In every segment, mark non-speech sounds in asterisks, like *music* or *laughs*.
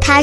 他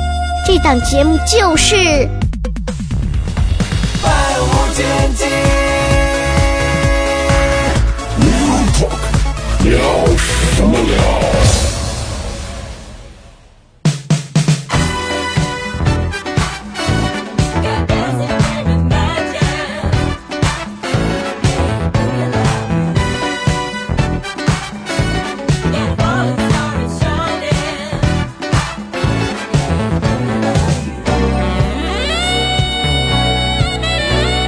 这档节目就是《百无禁忌。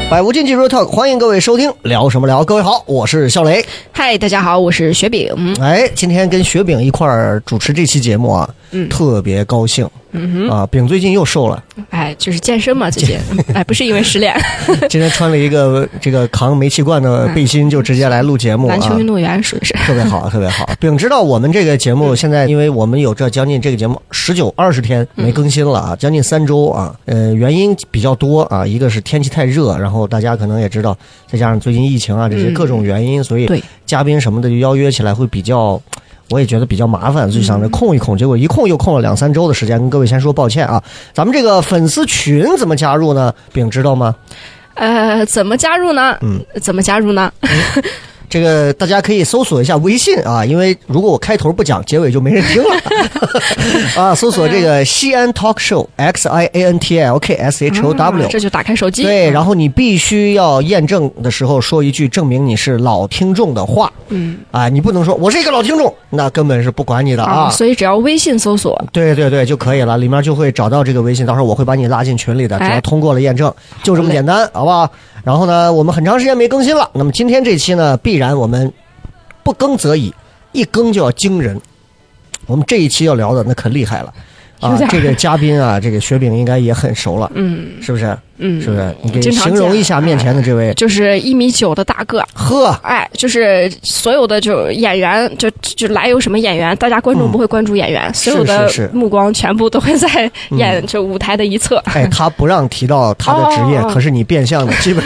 百无禁忌 Real Talk，欢迎各位收听，聊什么聊？各位好，我是笑雷。嗨，大家好，我是雪饼。哎，今天跟雪饼一块儿主持这期节目啊，嗯特别高兴。嗯啊，饼最近又瘦 *laughs* 了，哎，就是健身嘛，最近哎，不是因为失 *laughs* 恋，今天穿了一个这个扛煤气罐的背心，就直接来录节目啊篮。球运动员属于是。特别好，特别好。饼知道我们这个节目现在，因为我们有这将近这个节目十九二十天没更新了啊，将近三周啊。呃，原因比较多啊，一个是天气太热，然后大家可能也知道，再加上最近疫情啊这些嗯各种原因，所以对嘉宾什么的就邀约起来会比较。我也觉得比较麻烦，所以想嗯着空一空，结果一空又空了两三周的时间，跟各位先说抱歉啊。咱们这个粉丝群怎么加入呢？饼知道吗？呃，怎么加入呢？嗯，怎么加入呢？这个大家可以搜索一下微信啊，因为如果我开头不讲，结尾就没人听了啊。搜索这个西安 talk show x i a n t i l k s h o 啊 w，这就打开手机。对，嗯然后你必须要验证的时候说一句证明你是老听众的话，嗯啊，你不能说我是一个老听众，那根本是不管你的啊，啊。所以只要微信搜索，对对对，就可以了，里面就会找到这个微信，到时候我会把你拉进群里的，只哎要通过了验证，就这么简单，好不好？然后呢，我们很长时间没更新了，那么今天这期呢，必然我们不更则已，一更就要惊人。我们这一期要聊的那可厉害了啊有！点儿这个嘉宾啊，这个雪饼应该也很熟了，嗯是不是？嗯，是不是？你给 *laughs* 经常形容见一下面前的这位，就是一米九的大个儿。 *laughs* 呵，哎，就是所有的就演员，就就来有什么演员，大家观众不会关注演员，所有的嗯是是目光全部都会在嗯演就舞台的一侧。哎，他不让提到他的职业，哦哦哦可是你变相的基 *laughs* *laughs* 本。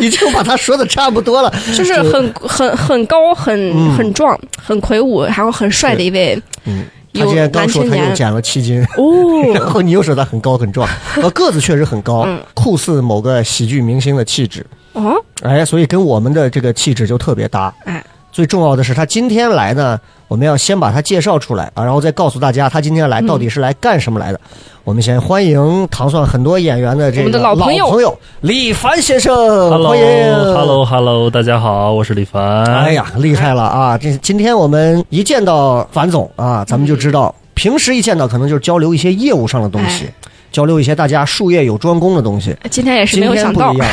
已经把他说的差不多了，就是很很很高、很、很壮、很魁梧，然后很帅的一位嗯，他有今天刚男说青他又年减了七斤，然哦，后你又说他很高很 *laughs* 壮，呃，个子确实很高嗯，酷似某个喜剧明星的气质，哦，哎，所以跟我们的这个气质就特别搭。哎，最重要的是，他今天来呢，我们要先把他介绍出来啊，然后再告诉大家他今天来到嗯底是来干什么来的。我们先欢迎糖蒜很多演员的这我们个的老朋朋友李凡先生 Hello 呃欢迎 Hello Hello，大家好，我是李凡。哎，呀，厉害了啊！这今天我们一见到樊总啊，咱们就知道，平时一见到可能就是交流一些业务上的东西，交流一些大家术业有专攻的东西。今天也是今没有天想不到一，样，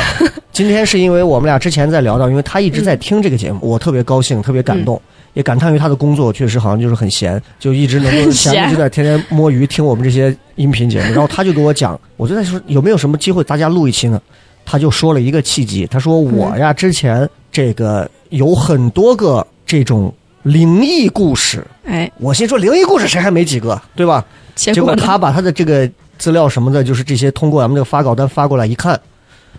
今天是因为我们俩之前在聊到，因为他一直在听这个嗯节目，我特别高兴，特别感动。也感叹于他的工作确实好像就是很闲，就一直能够很闲闲着就在天天摸鱼听我们这些音频节目。然后他就跟我讲，我就在说有没有什么机会大家录一期呢？他就说了一个契机，他说我呀之前这个有很多个这种灵异故事，哎，我心说灵异故事谁还没几个，对吧？结结果果呢他把他的这个资料什么的，就是这些通过咱们这个发稿单发过来一看，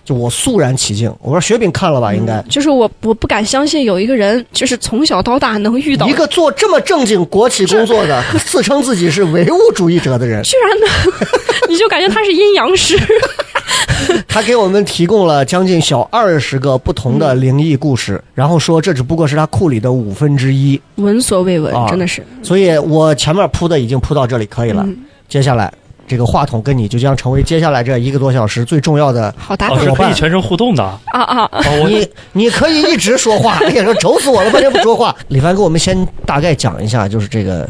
就我肃然起敬。我说雪饼看了嗯吧，应该。就是我我不敢相信有一个人就是从小到大能遇到一个做这么正经国企工作的，自称自己是唯物主义者的人，居然能， *laughs* 你就感觉他是阴阳师，他给我们提供了将近小二十个不同的灵异故事，嗯然后说这只不过是他库里的五分之一。闻所未闻，啊真的是所以我前面铺的已经铺到这里可以了，嗯接下来这个话筒跟你就将成为接下来这一个多小时最重要的。好搭哦，档是伙可伴以全程互动的。哦，啊啊！我你你可以一直说话，哎 *laughs* 呀，说愁死我了，半天不说话。李凡给我们先大概讲一下，就是这个，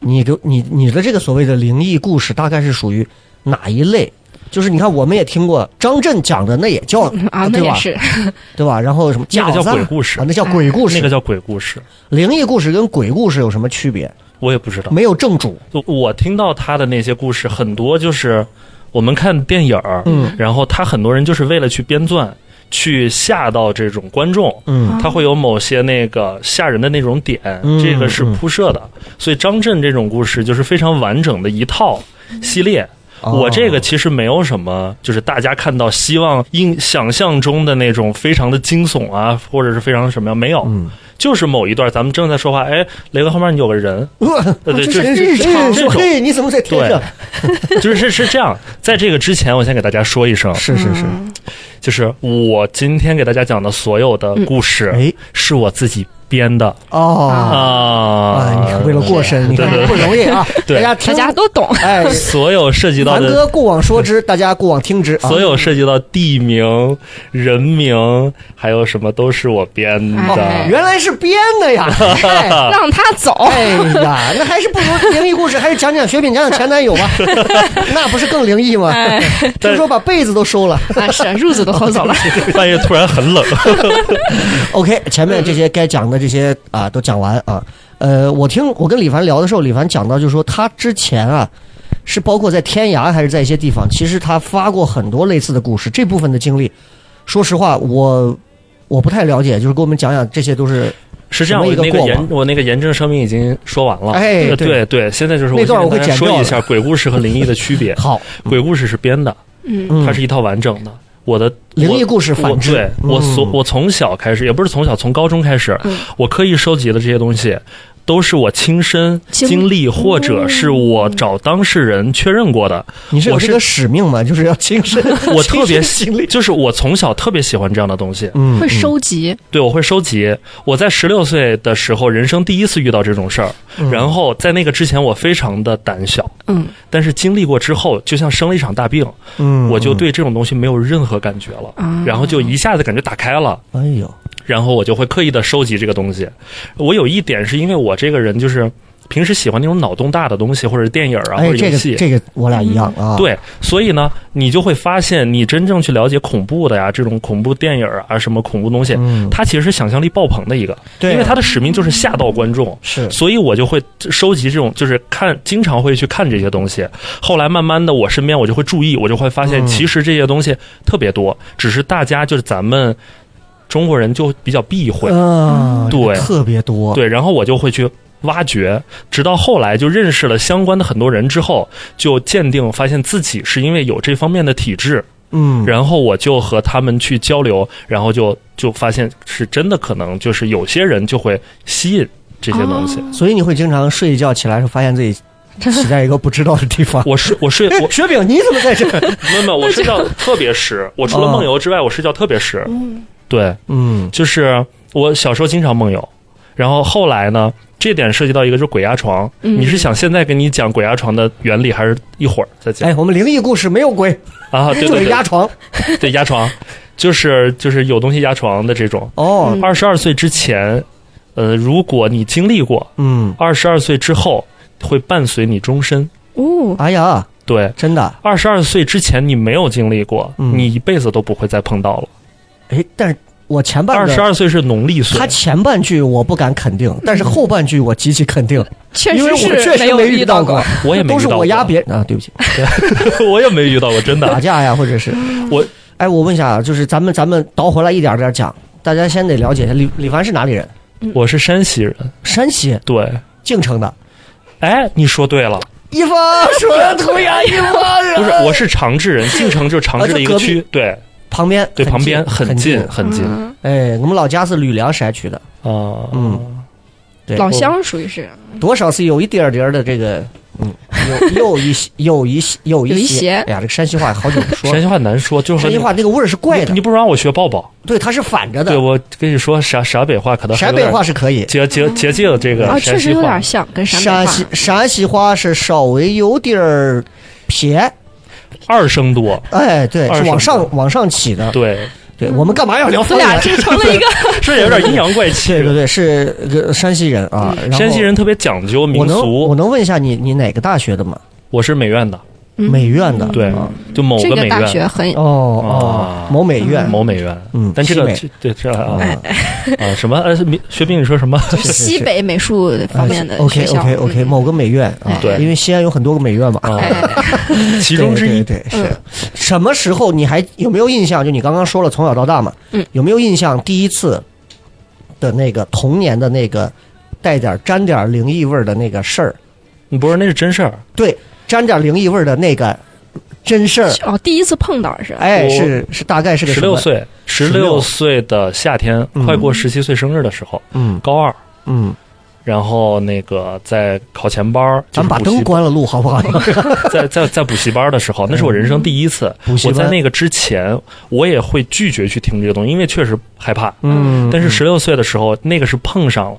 你给你你的这个所谓的灵异故事，大概是属于哪一类？就是你看，我们也听过张震讲的，那也叫 *laughs* 啊，那对也吧？是，嗯对吧？然后什么那个饺叫子啊鬼故事啊，那叫鬼故事。那个叫鬼故事，灵异故事跟鬼故事有什么区别？我也不知道。没有正主，就我听到他的那些故事，很多就是我们看电影儿，嗯然后他很多人就是为了去编撰，去吓到这种观众。嗯他会有某些那个吓人的那种点，嗯这个是铺设的。所以张震这种故事就是非常完整的一套嗯系列。哦我这个其实没有什么，就是大家看到希望印想象中的那种非常的惊悚啊，或者是非常什么样，没有，嗯，就是某一段咱们正在说话，哎，雷哥后面有个人，呃 *laughs* 对，就这是日常这种嘿，你怎么在贴对着？就是是是这样，在这个之前，我先给大家说一声，是是是，嗯就是我今天给大家讲的所有的故事，哎，是我自己编的哦。啊，啊你为了过审，你对看对 *laughs* 不容易 *laughs* 啊！对大家大听，家都 *laughs* 懂，哎，所有涉及到凡的。哥过往说之，大家过往听之。啊所有涉及到地名、人名，还有什么都是我编哎的。哦原来是编 *laughs* 的呀！哎让他 *laughs* 走。哎呀，那还是不如灵异故事，还是讲讲雪饼，讲讲前男友吧， *laughs* 那不是更灵异吗？听说把被子都收 *laughs* 了。啊，是 *laughs* 褥子哦都薅哎走了。半夜突然很 *laughs* 冷，嗯 OK，前面这些该讲的这些啊都讲完啊。呃，我听我跟李凡聊的时候，李凡讲到就是说他之前啊。是包括在天涯还是在一些地方，其实他发过很多类似的故事。这部分的经历，说实话，我我不太了解，就是给我们讲讲，这些都是是这样。什么我一个那个过往炎，我那个炎症声明已经说完了。哎呃对对对，现在就是那段我我会先跟大家剪掉说的。一下鬼故事和灵异的区别 *laughs* 好，鬼故事是编的，嗯，嗯它是一套完整的。我的灵异我故事反我制对我嗯所我从小开始，也不是从小，从高中开始，我刻意收集的这些东西，都是我亲身经经历，或者是我找当事人确认过的。你是有我这是个使命嘛，就是要亲身，我特别亲身经历，就是我从小特别喜欢这样的东西， *laughs* 嗯会收集，对我会收集。我在十六岁的时候，人生第一次遇到这种事儿，嗯然后在那个之前，我非常的胆小。嗯，但是经历过之后，就像生了一场大病，嗯我就，对这种东西没有任何感觉了，啊然后就一下子感觉打开了，哎呦，然后我就会刻意的收集这个东西。我有一点是因为我这个人就是平时喜欢那种脑洞大的东西，或者是电影啊，或哎，者这游个戏。这个我俩一样啊，，对，所以呢，你就会发现，你真正去了解恐怖的呀，这种恐怖电影啊，什么恐怖东西，嗯，它其实是想象力爆棚的一个，对因为它的使命就是吓到观众。是所以我就会收集这种，就是看，经常会去看这些东西。后来慢慢的，我身边我就会注意，我就会发现，嗯其实这些东西特别多，只是大家就是咱们中国人就比较避讳，嗯，对特别多，对，然后我就会去挖掘，直到后来就认识了相关的很多人之后，就鉴定发现自己是因为有这方面的体质，嗯，然后我就和他们去交流，然后就就发现是真的，可能就是有些人就会吸引这些东西。所以你会经常睡一觉起来的时候，发现自己 *laughs* 死在一个不知道的地方。我睡我睡哎 *laughs* 我雪饼，你怎么在这？ *laughs* 没有没有，我睡觉特别 *laughs* 实，我除了梦游之哦外，我睡觉特别实。对，嗯就是我小时候经常梦游，然后后来呢，这点涉及到一个就是鬼压床。嗯你是想现在给你讲鬼压床的原理，还是一会儿再讲？哎，我们灵异故事没有鬼，啊，对就对是压对，床。对压床，就是就是有东西压床的这种。哦，二十二岁之前，呃，如果你经历过，嗯，二十二岁之后会伴随你终身。哦，哎呀，对，真的，二十二岁之前你没有经历过，嗯你一辈子都不会再碰到了。哎，但是我前半二十段。二岁是农历岁他，前半句我不敢肯定，但是后半句我极其肯定，嗯确因为实我确是没实有没遇遇到过，，我也没都遇是到过，我压别人啊，对不 *laughs* 起， *laughs* 我也没遇到过，真打 *laughs* 的。啊架呀，或者是我，哎，我问一下啊，就是咱们咱们倒回来一点点讲，大家先得了解一下李李凡是哪里人，我是山西人，山西对。晋城的，哎，你说对了，一方水 *laughs* 土养一方人，不是，我是长治啊人，晋城就是长治的一个区，对旁边对，旁边很很近近，很近嗯哎，我们老家是吕梁山区的，啊，嗯，对，老乡属于是多少是有一点儿点儿的这个，嗯，有有一些有一些有有一一些哎呀，这个山西话好久不说山了，西话难说，就是和山你西话那个味儿是怪的你，不如让我学抱抱。对，它是反着对的，我跟你说，陕陕北话可能还陕有北点话是可以，接接接近了这个啊，确陕实西有话点，像跟陕陕西北陕西话是稍微有点儿撇，二声多。哎，对，二是声往上多往上起的，对，对，我们 *laughs* 干嘛要聊话，方我们俩言？这成了一个这有点阴阳怪气 *laughs* 对。对对，是个山西人啊，然后山西人特别讲究我民能我俗，能问一下你你哪个大学的吗？我是美院的，嗯美院的，对啊，就某这个美个大院，学很哦哦啊，某美院，某美院，嗯但这个西对这啊啊啊什么？呃，明薛冰，你说什么？是是西北美术方面的学哎 OK 校。 OK OK，哦嗯某个美院啊，对因为西安有很多个美院嘛，啊哎，其中之一对对对嗯是。什么时候你还有没有印象？就你刚刚说了从小到大嘛，嗯有没有印象第一次的那个童年的那个带点儿沾点儿灵异味儿的那个事儿？不是，那是真事儿。对，沾点儿灵异味儿的那个真事儿，哦，第一次碰到是吧？哎，我是是大概是个十什么六，岁，十16六岁的夏天，嗯快过十七岁生日的时候，嗯高二，嗯，然后那个在考前班儿，咱就是们把补习灯关了录 *laughs* 好不 *laughs* 好？在在在补习班的时候，那是我人嗯生第一次。补习我班在那个之前，我也会拒绝去听这个东西，因为确实害怕。嗯，但是十六岁的时候，那个是碰上了，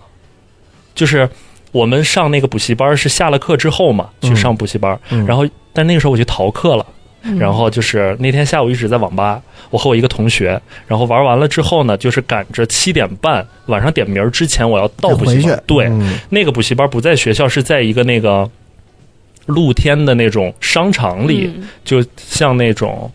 就是我们上那个补习班是下了课之后嘛，去上补习班，嗯然后但那个时候我去逃课了。嗯然后就是那天下午一直在网吧，我和我一个同学，然后玩完了之后呢，就是赶着七点半晚上点名儿之前，我要到得补回习去班。对，嗯那个补习班不在学校，是在一个那个露天的那种商场里，嗯就像那种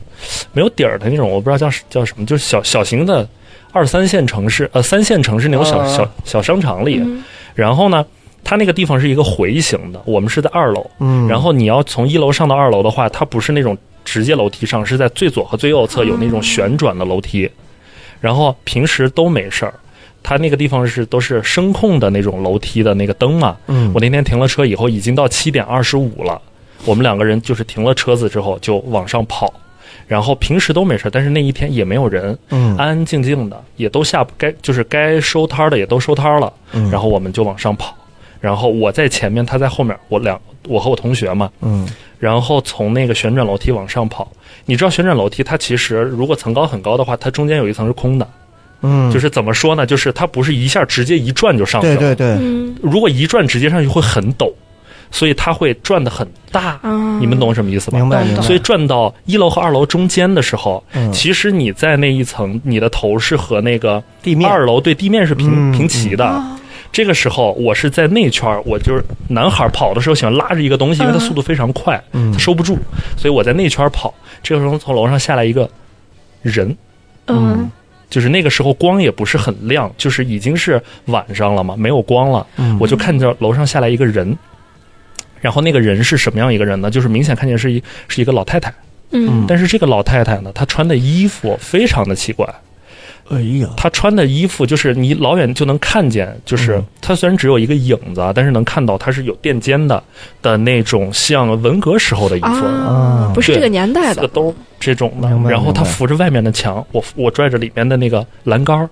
没有底儿的那种，我不知道叫叫什么，就是小小型的二三线城市，呃，三线城市那种小、啊小小商场里。嗯然后呢，它那个地方是一个回形的，我们是在二楼，嗯，然后你要从一楼上到二楼的话，它不是那种直接楼梯上，是在最左和最右侧有那种旋转的楼梯。然后平时都没事儿，它那个地方是都是声控的那种楼梯的那个灯嘛。嗯我那天停了车以后，已经到七点二十五了。我们两个人就是停了车子之后就往上跑，然后平时都没事儿，但是那一天也没有人，嗯安安静静的，也都下该就是该收摊儿的也都收摊儿了。嗯然后我们就往上跑，然后我在前面，他在后面，我两我和我同学嘛，嗯然后从那个旋转楼梯往上跑。你知道旋转楼梯它其实如果层高很高的话，它中间有一层是空的，嗯，就是怎么说呢？就是它不是一下直接一转就上去了，对对对，嗯如果一转直接上去会很陡，所以它会转的很大。啊，你们懂我什么意思吧？嗯明白懂明白。所以转到一楼和二楼中间的时候，嗯其实你在那一层，你的头是和那个地面二楼对地面是平、嗯平齐的。啊这个时候我是在内圈儿，我就是男孩跑的时候喜欢拉着一个东西，因为它嗯速度非常快，嗯他收不住，所以我在内圈儿跑。这个时候从楼上下来一个人，嗯就是那个时候光也不是很亮，就是已经是晚上了嘛，没有光了。嗯我就看见楼上下来一个人，然后那个人是什么样一个人呢？就是明显看见是一是一个老太太，嗯但是这个老太太呢，她穿的衣服非常的奇怪，哎呀，她穿的衣服就是你老远就能看见，就是嗯她虽然只有一个影子啊，但是能看到她是有垫肩的的那种像文革时候的衣服。啊啊，不是这个年代四个的，兜儿这种的明，白然后她明白扶着外面的墙，我我拽着里面的那个栏杆儿，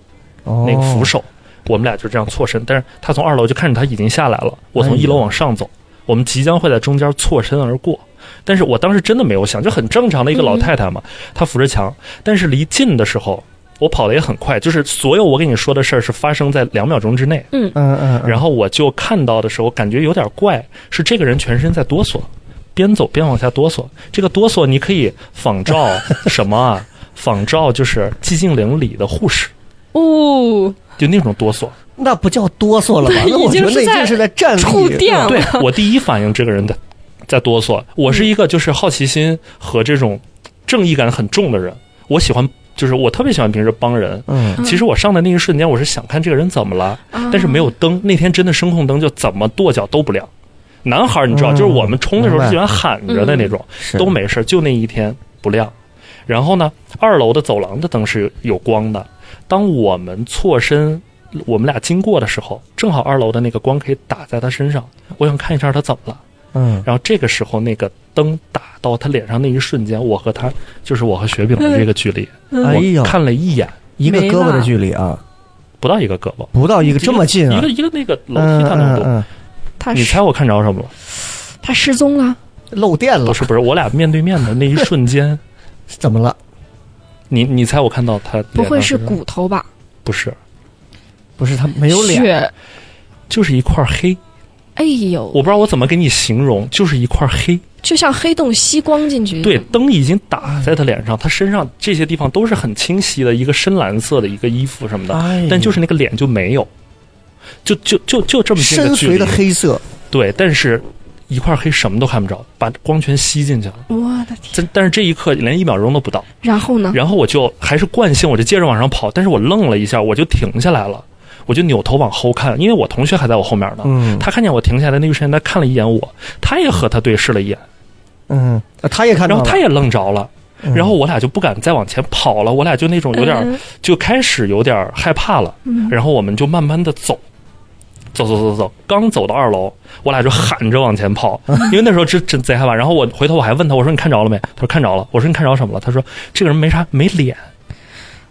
那那个扶手，我们俩就这样错身。但是他从二楼就看着他已经下来了，我从一楼往上走，我们即将会在中间错身而过。但是我当时真的没有想，就很正常的一个老太太嘛，她扶着墙。但是离近的时候，我跑的也很快，就是所有我跟你说的事儿是发生在两秒钟之内。嗯嗯，嗯然后我就看到的时候，感觉有点怪，是这个人全身在哆嗦，边走边往下哆嗦。这个哆嗦你可以仿照什么啊？仿照就是寂静岭里的护士，哦，就那种哆嗦。那不叫哆嗦了吧？对那我已觉经得那是已在经是在站立触电了 *laughs* 了。对我第一反应，这个人在在哆嗦。我是一个就是好奇心和这种正义感很重的人，我喜欢就是我特别喜欢平时帮人。嗯，其实我上的那一瞬间，我是想看这个人怎么了，啊但是没有灯。那天真的声控灯就怎么跺脚都不亮。男孩儿你知道，嗯就是我们冲的时候明白是喜欢喊着的那种，是都没事儿，就那一天不亮。然后呢，二楼的走廊的灯是有光的。当我们错身，我们俩经过的时候，正好二楼的那个光可以打在他身上。我想看一下他怎么了。嗯，然后这个时候，那个灯打到他脸上那一瞬间，我和他就是我和雪饼的这个距离， *laughs* 哎我呦，看了一眼，一个没胳膊的了距离啊，不到一个胳膊，不到一个一个这么近一啊个，一个那个楼嗯梯他那么嗯多。嗯，他你猜我看着什么了？他失踪了，嗯漏电了不，是不是，我俩面对面的那一瞬间，怎么了？你你猜我看到他脸不上会是什么？骨头吧？不是，不是他没有脸，血，就是一块黑。哎呦，我不知道我怎么给你形容，就是一块黑。就像黑洞吸光进嗯去一样，对，灯已经打在他脸上，他身上这些地方都是很清晰的，一个深蓝色的一个衣服什么的，哎但就是那个脸就没有，就就就就这么近深的距邃离的。黑色，对，但是一块黑什么都看不着，把光全吸进去了。我的天！但但是这一刻连一秒钟都不到，然后嗯呢？然后我就还是惯性，我就接着往上跑，但是我愣了一下，我就停下来了，我就扭头往后看，因为我同学还在我后面呢。嗯他看见我停下来，那个瞬间他看了一眼我，他也和他对视了一眼，嗯，啊他也看到然了，后他也愣着了，嗯然后我俩就不敢再往前跑了，我俩就那种有点嗯就开始有点害怕了，然后我们就慢慢的走。走走走走，刚走到二楼，我俩就喊着往前跑，嗯因为那时候真真贼害怕。然后我回头我还问他，我说你看着了没？他说看着了。我说你看着什么了？他说这个人没啥没脸。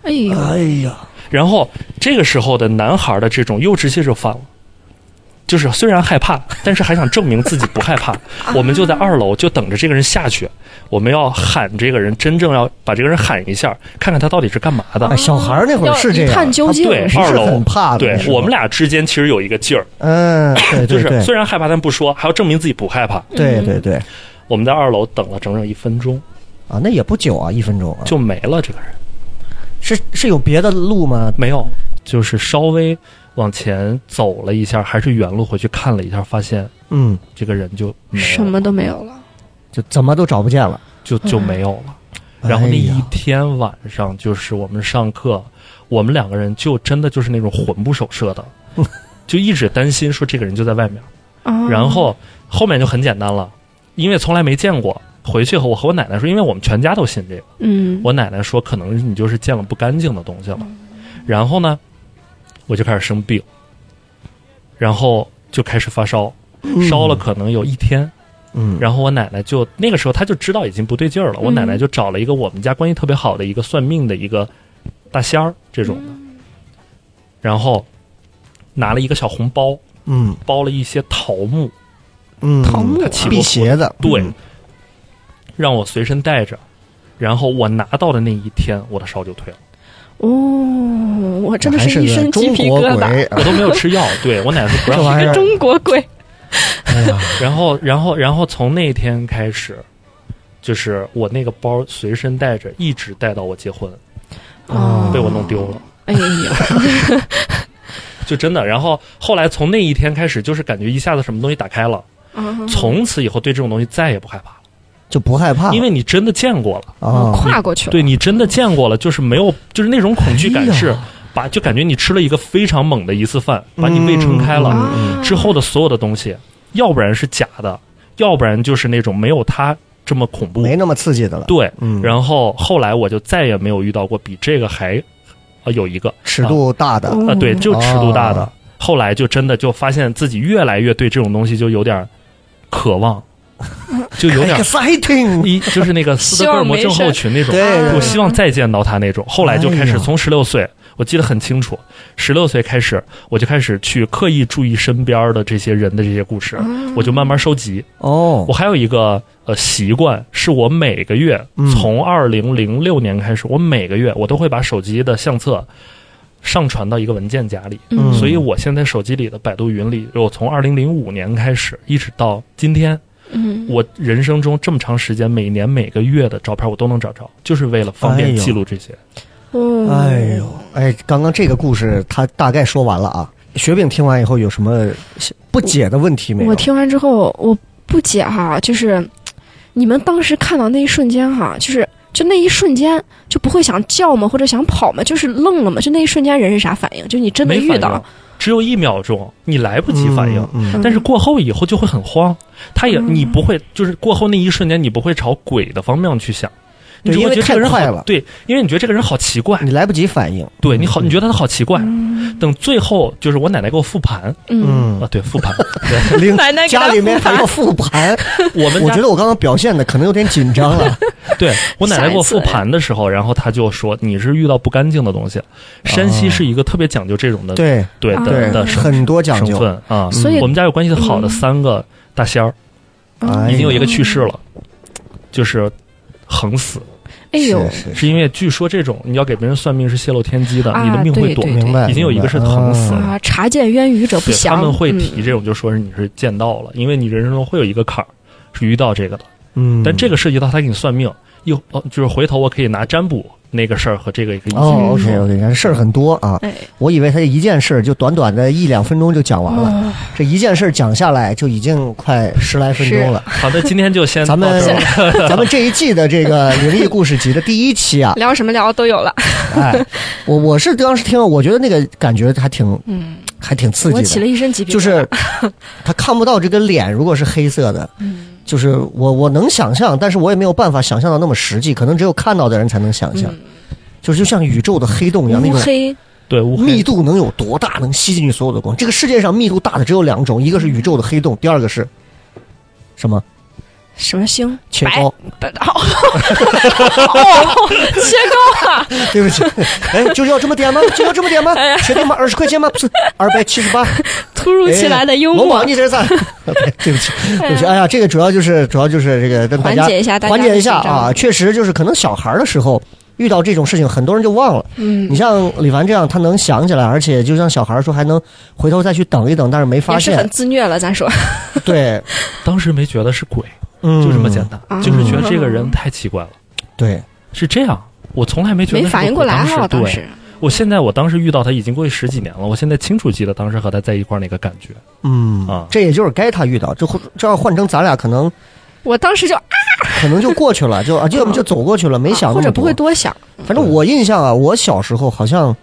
哎呦，呃哎呀，然后这个时候的男孩的这种幼稚期就犯了，就是虽然害怕，但是还想证明自己不害 *laughs* 怕。我们就在二楼就等着这个人下去，我们要喊这个人，真正要把这个人喊一下，看看他到底是干嘛的。哎小孩儿那会儿要是这一样，探究竟，啊对是二楼很怕的，对是吧我们俩之间其实有一个劲儿，嗯，对就对是对虽然害怕但不说，还要证明自己不害怕。对对对我们在二楼等了整整一分钟，啊，那也不久啊，一分钟啊，就没了这个人，是是有别的路吗？没有，就是稍微往前走了一下，还是原路回去看了一下，发现嗯，这个人就没有了什么都没有了。就怎么都找不见了。就就没有了。哎然后那一天晚上，就是我们上课，我们两个人就真的就是那种魂不守舍的，就一直担心说这个人就在外面。啊然后后面就很简单了，因为从来没见过。回去和我和我奶奶说，因为我们全家都信这个。嗯，我奶奶说，可能你就是见了不干净的东西了。然后呢，我就开始生病，然后就开始发烧，嗯烧了，可能有一天。嗯，然后我奶奶就那个时候她就知道已经不对劲儿了，我嗯奶奶就找了一个我们家关系特别好的一个算命的一个大仙儿这种的，然后拿了一个小红包，嗯包了一些桃木，嗯，桃木他起辟过邪的，对嗯，让我随身带着。然后我拿到的那一天，我的烧就退了，哦，我真的还是一身个鸡中皮国疙瘩。鬼，我都没有吃药。对我奶奶说不这让玩意儿，中国鬼，哎呀，然后，然后，然后从那天开始，就是我那个包随身带着，一直带到我结婚，哦啊被我弄丢了，哎呀，就真的。然后后来从那一天开始，就是感觉一下子什么东西打开了，啊从此以后对这种东西再也不害怕了，就不害怕了，因为你真的见过了，啊，哦跨过去了，对你真的见过了，就是没有，就是那种恐惧感哎是呀把，就感觉你吃了一个非常猛的一次饭，把你胃撑开了。嗯嗯啊之后的所有的东西，要不然是假的，要不然就是那种没有它这么恐怖。没那么刺激的了，对，嗯，然后后来我就再也没有遇到过比这个还，啊有一个尺度大的，啊、对，就尺度大的。嗯哦后来就真的就发现自己越来越对这种东西就有点渴 *laughs* 望，就有哎点 exciting，一就是那个斯德哥尔摩症候群那种对，对我希望再见到他那种。后来就开哎始呀从十六岁，我记得很清楚，十六岁开始我就开始去刻意注意身边的这些人的这些故事，我就慢慢收集。哦我，还有一个呃习惯，是我每个月嗯从二零零六年开始，我每个月我都会把手机的相册上传到一个文件夹里。嗯所以我现在手机里的百度云里，我从二零零五年开始，一直到今天，嗯，我人生中这么长时间，每年每个月的照片我都能找着，就是为了方哎便呦记录这些。嗯哎呦，哎，刚刚这个故事他大概说完了啊，雪饼听完以后有什么不解的问题没有？我听完之后，我不解哈，就是你们当时看到那一瞬间哈，就是就那一瞬间就不会想叫吗？或者想跑吗？就是愣了吗？就那一瞬间人是啥反应？就你真的没遇反到应，只有一秒钟，你来不及反应。嗯，嗯嗯但是过后以后就会很慌，他也嗯你不会就是过后那一瞬间你不会朝鬼的方面去想，你对只会因为觉得这个人太快好了对，因为你觉得这个人好奇怪，嗯你来不及反应，对你好，你觉得他好奇怪。嗯等最后就是我奶奶给我复盘嗯，啊，嗯，*laughs* 对 *laughs* 复盘，另奶奶给他家里面复盘还要复盘，我们我家觉得我刚刚表现的可能有点紧张啊了， *laughs* 对我奶奶给我下一复次盘的时候，然后她就说你是遇到不干净的东西，山西是一个特别讲究这种的对 *laughs* 对的对嗯的省很多讲省究，份啊。所以我们家有关系好的嗯三个大仙儿，哎已经有一个呀去世了，就是横死。哎呦，是是因为据说这种你要给别人算命是泄露天机的，啊你的命会躲。对明白，已经有一个是明白疼死了嗯啊，察见渊鱼者不对，他详，们会嗯提这种，就说是你是见到了，因为你人生中会有一个坎儿是遇到这个的，嗯，但这个涉及到他给你算命，哟，哦，就是回头我可以拿占卜那个事儿和这个一个意见。哦，OK OK，事儿很多啊。嗯哎，我以为他这一件事儿就短短的一两分钟就嗯讲完哦了，这一件事儿讲下来就已经快十来分钟了。好的，今天就先咱们到这儿 *laughs* 咱们这一季的这个灵异故事集的第一期 *laughs* 啊，聊什么聊都有了，哎，我我是当时听了，我觉得那个感觉还挺嗯，还挺刺我起激了的，一身鸡皮疙瘩，就是 *laughs* 他看不到这个脸，如果是黑色的，嗯，就是我我能想象，但是我也没有办法想象到那么实际，可能只有看到的人才能想象，嗯就是就像宇宙的黑洞一样那乌种。黑，对乌黑密度能有多大？能吸进去所有的光？这个世界上密度大的只有两种，一个是宇宙的黑洞，第二个是什么？什么星，切白糕。白哦，哦切糕啊， *laughs* 对不起，哎，就是要这么点吗？就要这么点吗？哎确定吗？二十块 *laughs* 钱吗？不是二百七十八。 *laughs* 突如其来的幽哎老默王，，你这是 *laughs* 咋？对不起，对不起，哎呀，这个主要就是主要就是这个跟大家缓解一下大家缓解一下的紧张啊，确实就是可能小孩儿的时候。遇到这种事情，很多人就忘了。嗯你，像李凡这样，他能想起来，而且就像小孩儿说，还能回头再去等一等，但是没发也是很现。自虐了，*laughs* 咱说，对，当时没觉得是鬼，嗯，就这么简。单，啊就是觉得这个人太奇怪了，对，是这样。我从来没觉得没是个反应鬼过来啊当时哈，当对时，我现在我当时遇到他已经过去十几年了，我现在清楚记得当时和他在一块儿那个感觉。嗯，啊这也就是该他遇到，这这要换成咱俩，可能我当时就可能就过去了，就啊，就要么就走过去了，没想那或么者不多会多想，反正我印象啊，我小时候好像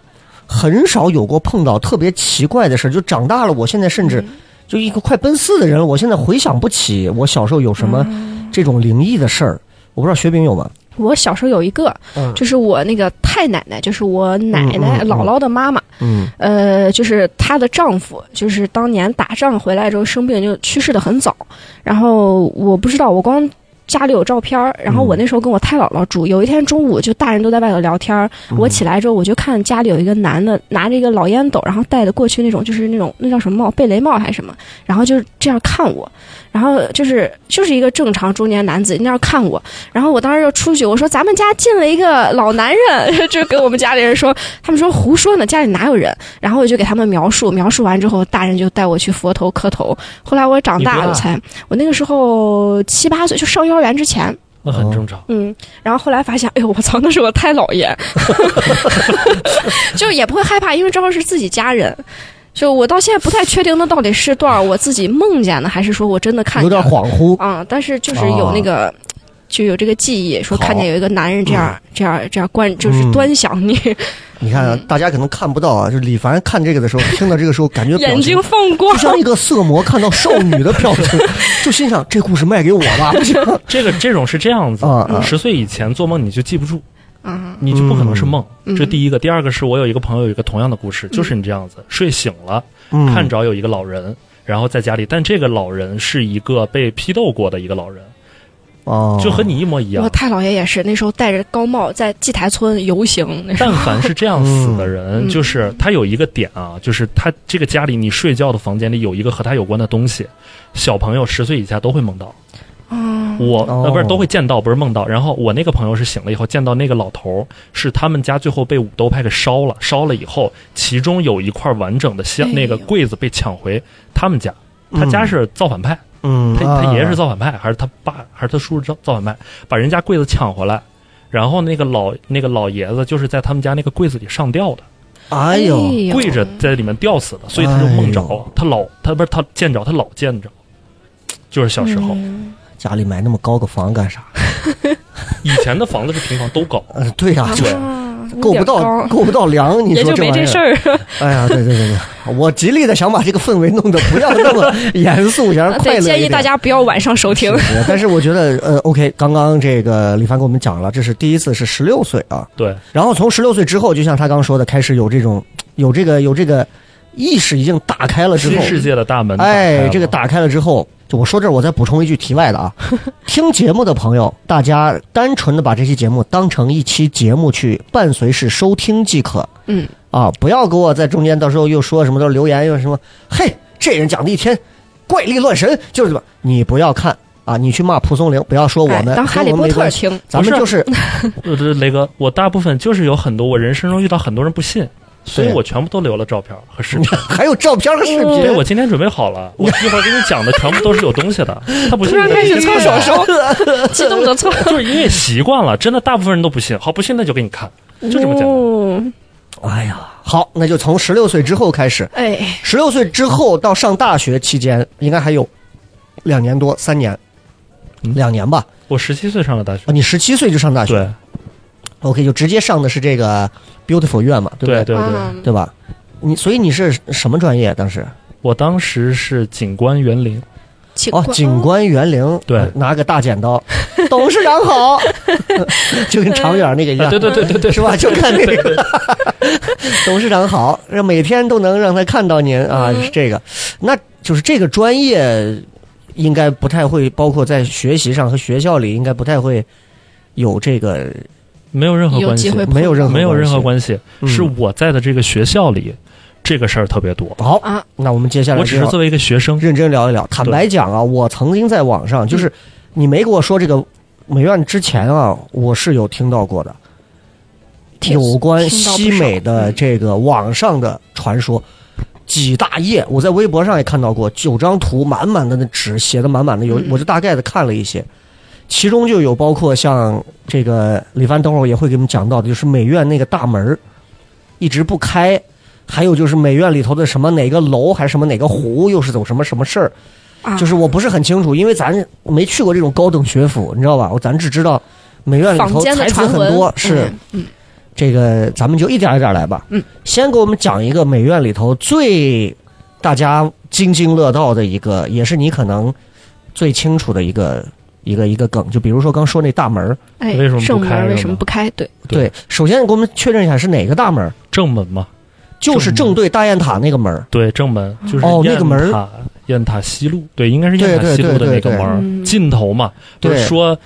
很少有过碰到特别奇怪的事儿。就长大了，我现在甚嗯嗯至就一个快奔四的人了，我现在回想不起我小时候有什么嗯这种灵异的事儿。我不知道雪饼有吗？我小时候有一个，嗯就是我那个太奶奶，就是我奶嗯奶嗯嗯姥姥的妈妈，嗯呃，就是她的丈夫，就是当年打仗回来之后生病就去世的很早，然后我不知道，我光。家里有照片儿，然后我那时候跟我太姥姥住。有一天中午，就大人都在外头聊天儿，我起来之后，我就看家里有一个男的拿着一个老烟斗，然后戴的过去那种就是那种那叫什么帽，贝雷帽还是什么，然后就是这样看我，然后就是就是一个正常中年男子那样看我，然后我当时就出去，我说咱们家进了一个老男人，就给我们家里人说，他们说胡说呢，家里哪有人？然后我就给他们描述，描述完之后，大人就带我去佛头磕头。后来我长你大多了大才，我那个时候七八岁，就上幼儿园之前，那很正哦常，嗯，然后后来发现，哎呦，我操，那是我太姥爷，就也不会害怕，因为正好是自己家人。就我到现在不太确定那到底是多少我自己梦见的，还是说我真的看有见点了恍惚。啊、但是就是有那个。就有这个记忆，说哦好看见有一个男人这样、这样、这样观，就是嗯端详你，你看嗯啊，大家可能看不到啊，就是李凡看这个的时候，听到这个时候，感觉 *laughs* 表眼情睛放光 *laughs* 就。像一个色魔看到少女的表 *laughs* 情，就心想这故事卖给我吧。这个这种是这样子啊啊，十岁以前做梦你就记不住，啊，你就不可能是梦，嗯这第一个。第二个是我有一个朋友有一个同样的故事，就是你这样子，睡醒了嗯看着有一个老人，然后在家里，但这个老人是一个被批斗过的一个老人，哦，就和你一模一样我。太姥爷也是，那时候戴着高帽在祭台村游行，那时 *laughs* 候但凡是这样死的人，嗯就是他有一个点啊，就是他这个家里你睡觉的房间里有一个和他有关的东西，小朋友十岁以下都会梦到。啊，我哦呃不是都会见到，不是梦到。然后我那个朋友是醒了以后见到那个老头儿，是他们家最后被武斗派给烧了，烧了以后，其中有一块完整的箱、哎呦那个柜子被抢回他们家。他家是造反派，嗯，他他哦啊爷爷是造反派，还是他爸还是他叔是造造反派，把人家柜子抢回来，然后那个老那个老爷子就是在他们家那个柜子里上吊的，哎呦，跪着在里面吊死的，所以他就梦着哎呦，他老他不是他见着他老见着，就是小时候、嗯家里买那么高个房干啥？以前的房子是平房都高。呃，对呀、啊就够不有点到高够不到粮，你也说就没玩这意事儿？儿。 *laughs* 哎呀，对对对对，我极力的想把这个氛围弄得不要那 *laughs* 么严肃，想让快乐啊对，一点。建议大家不要晚上收听是。是但是我觉得，呃，OK，刚刚这个李凡给我们讲了，这是第一次是十六岁啊，对，然后从十六岁之后，就像他刚说的，开始有这种有这个有这个意识已经打开了之新后，世界的大门打开哎了，这个打开了之后，就我说这儿，我再补充一句题外 *laughs* 的啊，听节目的朋友，大家单纯的把这期节目当成一期节目去伴随式收听即可。嗯，啊，不要给我在中间到时候又说什么都留言又什么，嘿，这人讲的一天怪力乱神，就是吧？你不要看啊，你去骂蒲松龄，不要哦说我哎们，当哈利跟我波们没特儿关系 *laughs* 听，咱们不是就是呃，这雷哥，我大部分就是有很多我人生中遇到很多人不信，所以对我全部都留了照片和视频。还有照片和视嗯对， *laughs* 频。我今天准备好了，我一会儿给你讲的全部都是有东西的。他不信突然你开就始搓看手吧 *laughs* 手，激 *laughs* 动的搓。就是因为习惯了，真的大部分人都不信。好，不信那就给你看，就这么简单。哦，哎呀，好，那就从十六岁之后开始，哎，十六岁之后到上大学期间，应该还有两年多、三年，嗯两年吧。我十七岁上了大学啊，，你十七岁就上大学对，OK，就直接上的是这个 Beautiful 院嘛，对不对对对，嗯对吧？你所以你是什么专业？当时我当时是景观园林，请哦，景观园林，对呃拿个大剪刀，董事长 *laughs* 好，就跟长远那个一样，啊对对对对对，是吧？就看那个董事长好，让每天都能让他看到您啊，嗯是这个，那就是这个专业应该不太会，包括在学习上和学校里应该不太会有这个，没有任何有关机系，会没有任何没有任何系。关系，嗯是我在的这个学校里，这个事儿特别多。好啊，那我们接下来我只就是要作为一个学生，认真聊一聊。坦白讲啊，我曾经在网上，嗯就是你没给我说这个美院之前啊，我是有听到过的，听有关听到不西美少的嗯这个网上的传说。几大页，我在微博上也看到过，九张图，满满的那纸写的满满的，有嗯我就大概的看了一些，其中就有包括像这个李帆，等会儿也会给我们讲到的，就是美院那个大门儿一直不开，还有就是美院里头的什么哪个楼还是什么哪个湖，又是走什么什么事儿，啊就是我不是很清楚，因为咱没去过这种高等学府，你知道吧？我咱只知道美呃院里坊头间的才子传很闻多，是嗯嗯这个，咱们就一点一点来吧。嗯，先给我们讲一个美院里头最大家津津乐道的一个，也是你可能最清楚的一个一个一个梗，就比如说刚说那大门儿。哎，为什么不圣母开人为是什么吗不开？对，对首先给我们确认一下是哪个大门儿，正门嘛，就是正门正对大雁塔那个门儿。对，正门就是哦那个门雁塔，雁塔西路，对，应该是雁塔对对西路的对那个对门嗯儿尽头嘛。不是对说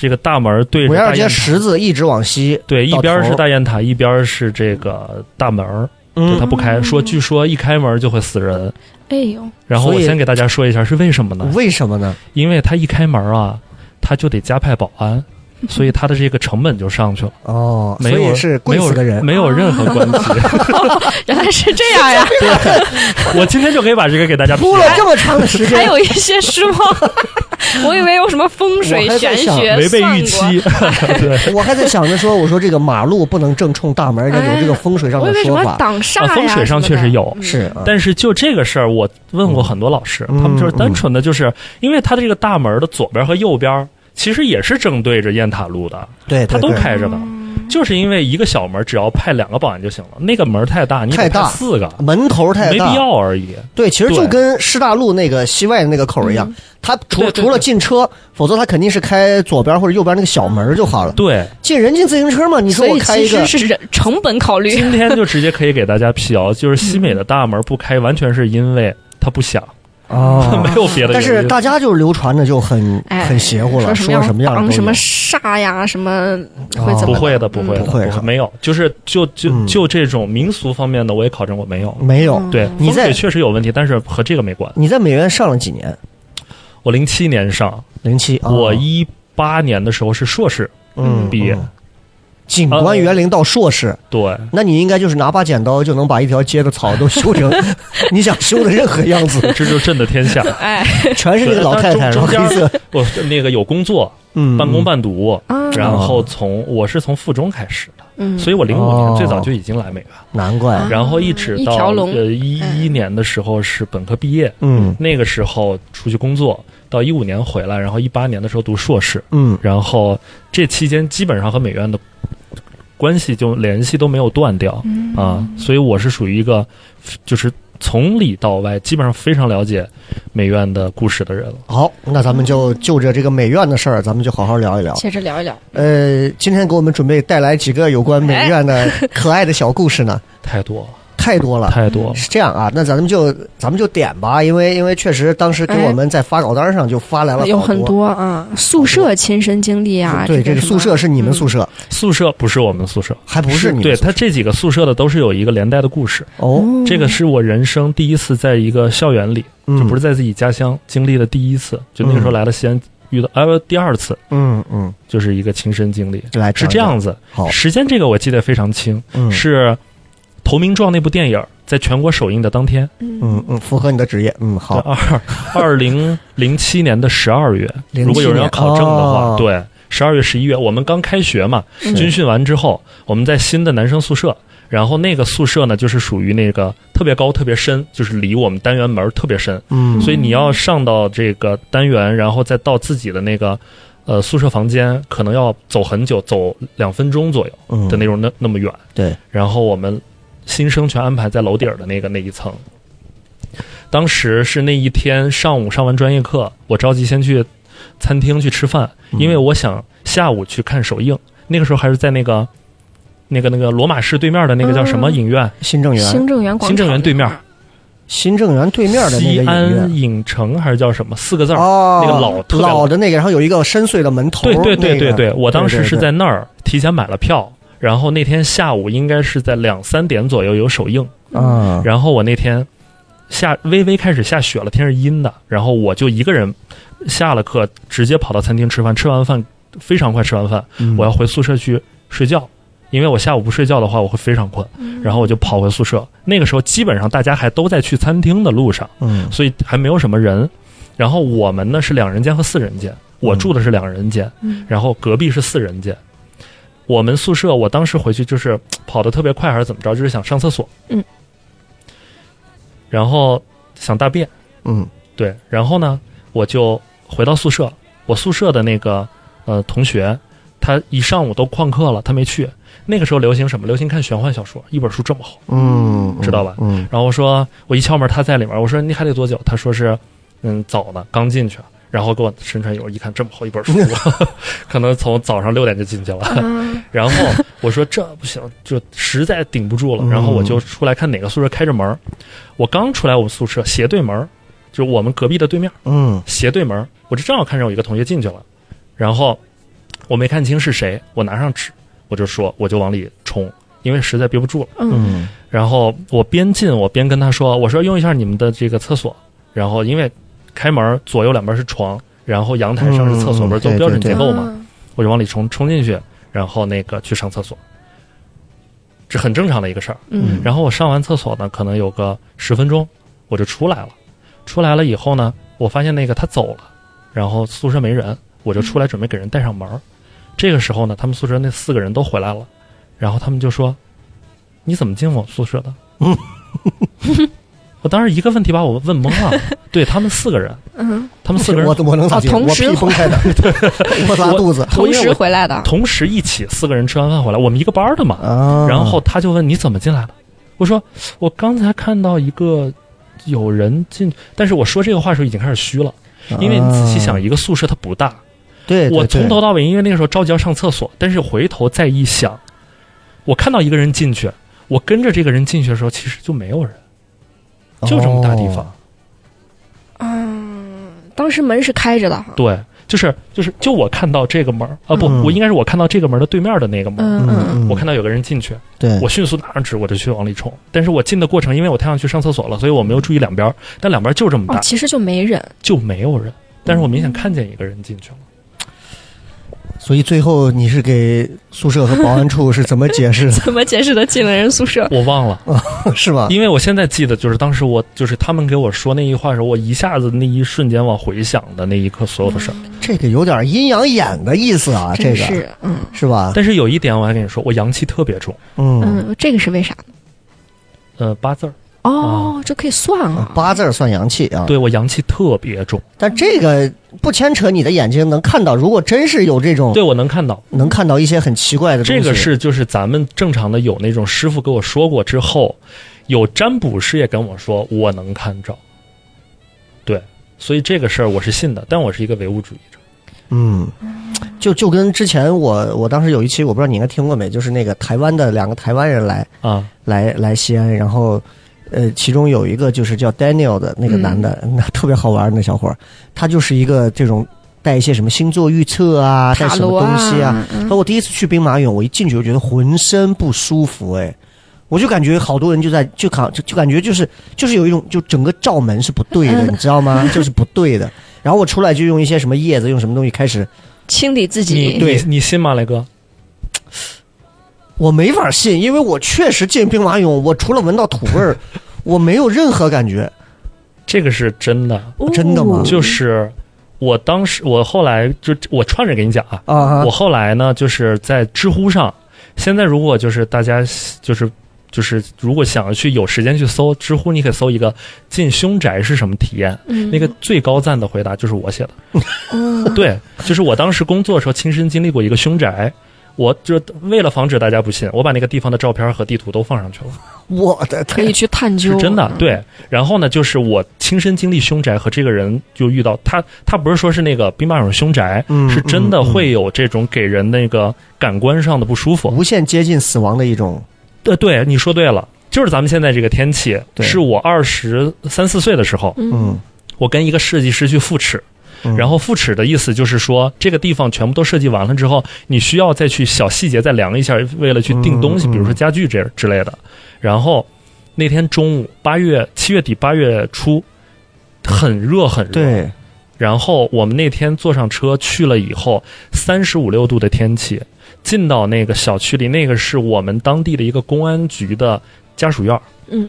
这个大门对着五幺大二街雁十塔，字一直往西，对，一到边头是大雁塔，一边是这个大门儿，就嗯它，不开。说据说一开门就会死人。哎呦，然后所我以先给大家说一下是为什么呢？为什么呢？因为它一开门啊，它就得加派保 *laughs* 安，所以它的这个成本就上去了。哦，没所以有是跪死的人。没有任何关 *laughs* 系。原来是这样呀，我今天就可以把这个给大家铺了这么长的时 *laughs* 还间，有一些说，我以为有什么风水我还在玄想学、违背预算期， *laughs* 对。我还在想着说，我说这个马路不能正冲大门，人家有这个风水上过，我的哎以为什说么法。挡煞呀啊风水上什么确的嗯实有是，啊但是就这个事儿，我问过很多老师，嗯他们就是单纯的就是，因为它的这个大门的左边和右边，其实也是正对着雁塔路的，对，它对嗯都对开着的。就是因为一个小门只要派两个保安就行了，那个门太大，你得太大派四个，门头太没大，必要而已。对，其实就对跟师大路那个西外的那个口儿一样，他嗯除对对对除了进车，否则他肯定是开左边或者右边那个小门儿就好了。对，进人进自行车嘛，你所说我以开其一个实，是人成本考虑。今天就直接可以给大家辟谣，就是西美的大门不开，完全是因为它不响， *laughs* 哦没有别的原因。但是大家就流传的就很哎，很邪乎了，说什么样的哦挡都什么有煞呀，什么会怎不么？会的，不会的，不会是吧没有，就是就就嗯就这种民俗方面的，我也考证过没有。没有。嗯对，你风水在确实有问题，但是和这个没关。你在美院上了几年？我零七年上，零七啊，我一八年的时候是硕士，嗯毕业嗯景呃观园林到硕士， *laughs* 对，那你应该就是拿把剪刀就能把一条街的草都修 *laughs* 成你想修的任何样子，这就震的天下。哎，全是那个老太太，对然后中中黑色，我那个有工作，嗯，半工半读，啊然后从我是从附中开始的，嗯，所以我零五哦年最早就已经来美院，难怪，然后一直啊一到条龙嗯呃一一年的时候是本科毕业，嗯那个时候出去工作，到一五年回来，然后一八年的时候读硕士，嗯，然后这期间基本上和美院的关系就联系都没有断掉、嗯啊，所以我是属于一个就是从里到外基本上非常了解美院的故事的人了。好，那咱们就就着这个美院的事儿，咱们就好好聊一聊。接着聊一聊。呃，今天给我们准备带来几个有关美哎院的 *laughs* 可爱的小故事呢，太多太多了，了。太多了。是这样啊，那咱们就咱们就点吧，因为因为确实当时给哎我们在发稿单上就发来了有好很多啊，宿舍亲身经历啊，对这个个什宿么嗯舍是你们宿舍，宿舍不是我们宿舍，还不是你们对宿舍他这几个宿舍的都是有一个连带的故事。哦，这嗯个是我人生第一次在一个校园里，嗯，就不是在自己家乡经历的第一次，就那个时候来了西安遇到，哎、不第二次嗯嗯，就是一个亲身经历，来是这样子。好，时间这个我记得非常清，哦嗯是投名状》那部电影在全国首映的当天， *laughs* 嗯嗯，符合你的职业，嗯好，二二零零七年的十二月， 07啊如果有人要考证的话，年哦对，十二月、十一月，我们刚开学嘛，嗯军训完之后，我们在新的男生宿舍，然后那个宿舍呢，就是属于那个特别高、特别深，就是离我们单元门儿特别深，嗯，所以你要上到这个单元，然后再到自己的那个呃宿舍房间，可能要走很久，走两分钟左右嗯的那种那那么远。对，然后我们新生全安排在楼顶儿的那个那一层。当时是那一天上午上完专业课，我着急先去餐厅去吃饭，嗯因为我想下午去看首映。那个时候还是在那个那个那个罗马市对面的那个叫什么嗯影院？新政园新政园广场，新政园对面儿，新政园对面的那个西影安院。影城还是叫什么？四个字儿。哦，那个老特别老老的那个，然后有一个深邃的门头，对对对那对个对，我当时是对对在那儿提前买了票，然后那天下午应该是在两三点左右有首映，啊，然后我那天下微微开始下雪了，天是阴的，然后我就一个人下了课，直接跑到餐厅吃饭，吃完饭非常快吃完饭，嗯我要回宿舍去睡觉。因为我下午不睡觉的话，我会非常困，然后我就跑回宿舍。那个时候基本上大家还都在去餐厅的路上，嗯所以还没有什么人。然后我们呢是两人间和四人间，我住的是两人间，嗯然后隔壁是四人间。我们宿舍，我当时回去就是嘖跑得特别快还是怎么着，就是想上厕所，嗯，然后想大便，嗯对，然后呢我就回到宿舍，我宿舍的那个呃同学，他一上午都旷课了，他没去。那个时候流行什么？流行看玄幻小说，一本书这么厚。嗯，嗯知道吧嗯然后我说我一敲门，他在里面。我说你还得多久？他说是，嗯，早呢，刚进去。然后给我伸出来一会儿一看，这么厚一本书， *laughs* 可能从早上六点就进去了。啊然后我说这不行，就实在顶不住了。然后我就出来看哪个宿舍开着门儿。我刚出来我们宿舍斜对门儿，就是我们隔壁的对面嗯斜对门儿，我就正好看上我一个同学进去了。然后我没看清是谁，我拿上纸，我就说我就往里冲，因为实在憋不住了。嗯嗯然后我边进我边跟他说，我说用一下你们的这个厕所，然后因为开门左右两边是床，然后阳台上是厕所，嗯不是都对标准对结构嘛，啊我就往里冲冲进去，然后那个去上厕所，这很正常的一个事儿。嗯然后我上完厕所呢，可能有个十分钟，我就出来了。出来了以后呢，我发现那个他走了，然后宿舍没人，我就出来准备给人带上门儿。这个时候呢，他们宿舍那四个人都回来了，然后他们就说：“你怎么进我宿舍的？” *laughs* 嗯我当时一个问题把我问懵了。对他们四个人，嗯，他们四个人 *laughs* 我我能咋啊进？同我时屁崩开的， *laughs* 我拉肚子我同因为时我回来的，同时一起四个人吃完饭回来，我们一个班儿的嘛。啊。然后他就问你怎么进来的？我说我刚才看到一个有人进，但是我说这个话的时候已经开始虚了，因为你仔细想，啊，一个宿舍它不大，对，对我从头对到尾因为那个时候着急要上厕所，但是回头再一想，我看到一个人进去，我跟着这个人进去的时候，其实就没有人，就这么大地方。哦嗯，当时门是开着的哈，对，就是就是就我看到这个门儿啊，不，嗯我应该是我看到这个门的对面的那个门儿，嗯嗯嗯，我看到有个人进去，对，我迅速拿上纸，我就去往里冲。但是我进的过程，因为我太想去上厕所了，所以我没有注意两边儿。但两边儿就这么哦，大，其实就没人，就没有人。但是我明显看见一个人进去了。所以最后你是给宿舍和保安处是怎么解释怎么解释的进了人宿舍？我忘了， *laughs* 是吧？因为我现在记得，就是当时我就是他们给我说那一话的时候，我一下子那一瞬间往回想的那一刻所有的事儿。这个有点阴阳眼的意思啊，这真个是，嗯是吧？但是有一点我还跟你说，我阳气特别重，嗯，嗯，这个是为啥呢？呃，八字儿，嗯哦，这可以算啊，八字儿算阳气啊。对我阳气特别重，但这个不牵扯你的眼睛能看到，如果真是有这种对我能看到。能看到一些很奇怪的东哦这西，个是就是咱们正常的有那种师傅给我说过之后，有占卜师也跟我说我能看着，对，所以这个事儿我是信的，但我是一个唯物主义者。嗯，就就跟之前我我当时有一期我不知道你应该听过没，就是那个台湾的两个台湾人来啊，来来西安，然后呃，其中有一个就是叫 Daniel 的那个嗯男的， *laughs* 那特别好玩儿那小伙儿，他就是一个这种带一些什么星座预测啊，带塔什罗么东西啊。，嗯那我第一次去兵马俑，我一进去我觉得浑身不舒服，哎，我就感觉好多人就在就感就就感觉就是就是有一种就整个罩门是不对的，嗯你知道吗？就是不对的。然后我出来就用一些什么叶子，用什么东西开始清理自你己，对你你信吗，雷哥？我没法信，因为我确实进兵马俑，我除了闻到土 *laughs* 味儿，我没有任何感觉。这个是真的，哦真的嗯吗就是我当时我后来就我串着给你讲啊，啊啊我后来呢就是在知乎上，现在如果就是大家就是。就是如果想要去有时间去搜知乎，你可以搜一个进凶宅是什么体验，嗯那个最高赞的回答就是我写的。嗯对， *laughs* 就是我当时工作的时候亲身经历过一个凶宅，我就是为了防止大家不信，我把那个地方的照片和地图都放上去了，我的可以天，去探究，啊是真的。对，然后呢，就是我亲身经历凶宅和这个人就遇到他，他不是说是那个兵马俑凶宅，嗯是真的嗯嗯会有这种给人那个感官上的不舒服。无限接近死亡的一种呃，对，你说对了。就是咱们现在这个天气，对是我二十三四岁的时候，嗯嗯，我跟一个设计师去复尺，嗯然后复尺的意思就是说，这个地方全部都设计完了之后，你需要再去小细节再量一下，为了去定东西，嗯嗯比如说家具这之类的。然后那天中午，八月七月底八月初，很热很热。。对，然后我们那天坐上车去了以后，三十五六度的天气，进到那个小区里，那个是我们当地的一个公安局的家属院儿，嗯，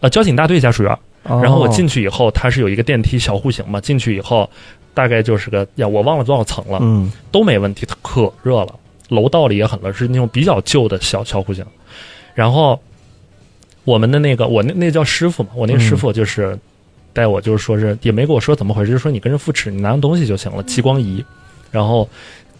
呃，交警大队家属院儿。然然后我进去以后，它是有一个电梯小户型嘛，进去以后大概就是个呀，我忘了多少层了，嗯都没问题，它可热了，楼道里也很热，是那种比较旧的小小户型。然后我们的那个我那那叫师傅嘛，我那个师傅就是带我，就是说是也没跟我说怎么回事，就说你跟着副尺，你拿上东西就行了，激光仪。然后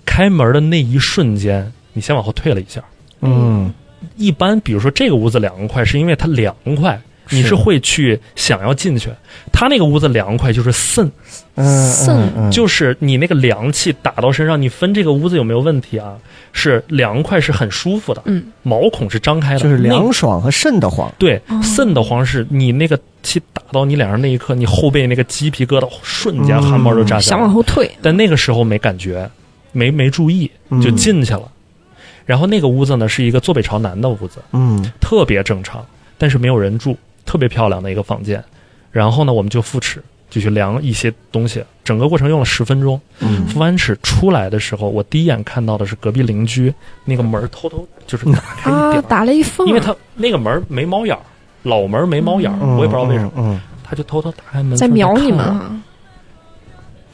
开门的那一瞬间，你先往后退了一下。嗯，一般比如说这个屋子凉快，是因为它凉快，你是是会去想要进去。它那个屋子凉快就是渗，嗯肾嗯就是你那个凉气打到身上，你分这个屋子有没有问题啊？是凉快是很舒服的，嗯，毛孔是张开的，就是那凉爽和瘆得慌。对哦，瘆得慌是你那个气打到你脸上那一刻，你后背那个鸡皮疙瘩瞬间嗯汗毛都炸起来想了。往后退，但那个时候没感觉，没没注意就嗯进去了。然后那个屋子呢是一个坐北朝南的屋子，嗯特别正常，但是没有人住，特别漂亮的一个房间。然后呢，我们就复尺，就去量一些东西，整个过程用了十分钟。嗯复完尺出来的时候，我第一眼看到的是隔壁邻居那个门儿偷偷就是打开一啊，点儿，打了一缝，因为他那个门儿没猫眼儿，老门儿没猫眼儿，嗯，我也不知道为什么，嗯，他就偷偷打开门在瞄你们们。啊，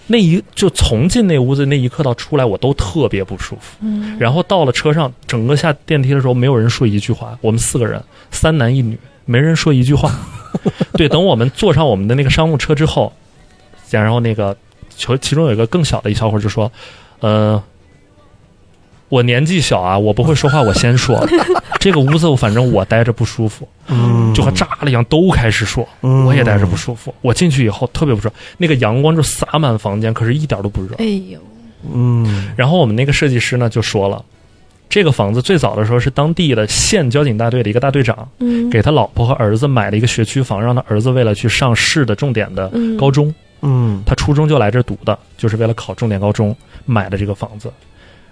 那一就从进那屋子那一刻到出来，我都特别不舒服。嗯然后到了车上，整个下电梯的时候，没有人说一句话。我们四个人，三男一女，没人说一句话。 *laughs* 对，等我们坐上我们的那个商务车之后，然后那个其其中有一个更小的一小伙就说：“呃，我年纪小啊，我不会说话，我先说。这个屋子，反正我待着不舒服，嗯就和炸了一样，都开始说。嗯我也待着不舒服，我进去以后特别不舒服，那个阳光就洒满房间，可是一点都不热。哎呦，嗯然后我们那个设计师呢就说了，这个房子最早的时候是当地的县交警大队的一个大队长嗯，给他老婆和儿子买了一个学区房，让他儿子为了去上市的重点的嗯高中，嗯他初中就来这儿读的，就是为了考重点高中买的这个房子。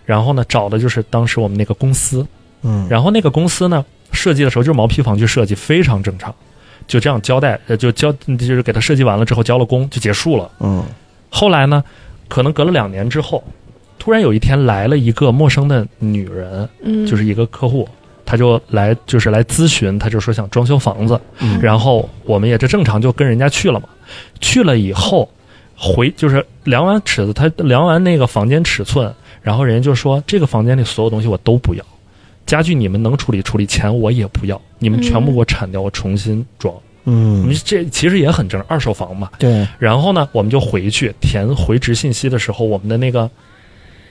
然后呢，找的就是当时我们那个公司，嗯，然后那个公司呢，设计的时候就是毛坯房去设计，非常正常，就这样交代，呃，就交就是给他设计完了之后交了工就结束了。嗯后来呢，可能隔了两年之后，突然有一天来了一个陌生的女人，嗯就是一个客户，她就来就是来咨询，她就说想装修房子，嗯然后我们也就正常就跟人家去了嘛，去了以后回就是量完尺子，她量完那个房间尺寸，然后人家就说这个房间里所有东西我都不要。家具你们能处理处理，钱我也不要，你们全部给我铲掉，我重新装。嗯你这这其实也很正常，二手房嘛，对，然后呢，我们就回去填回执信息的时候，我们的那个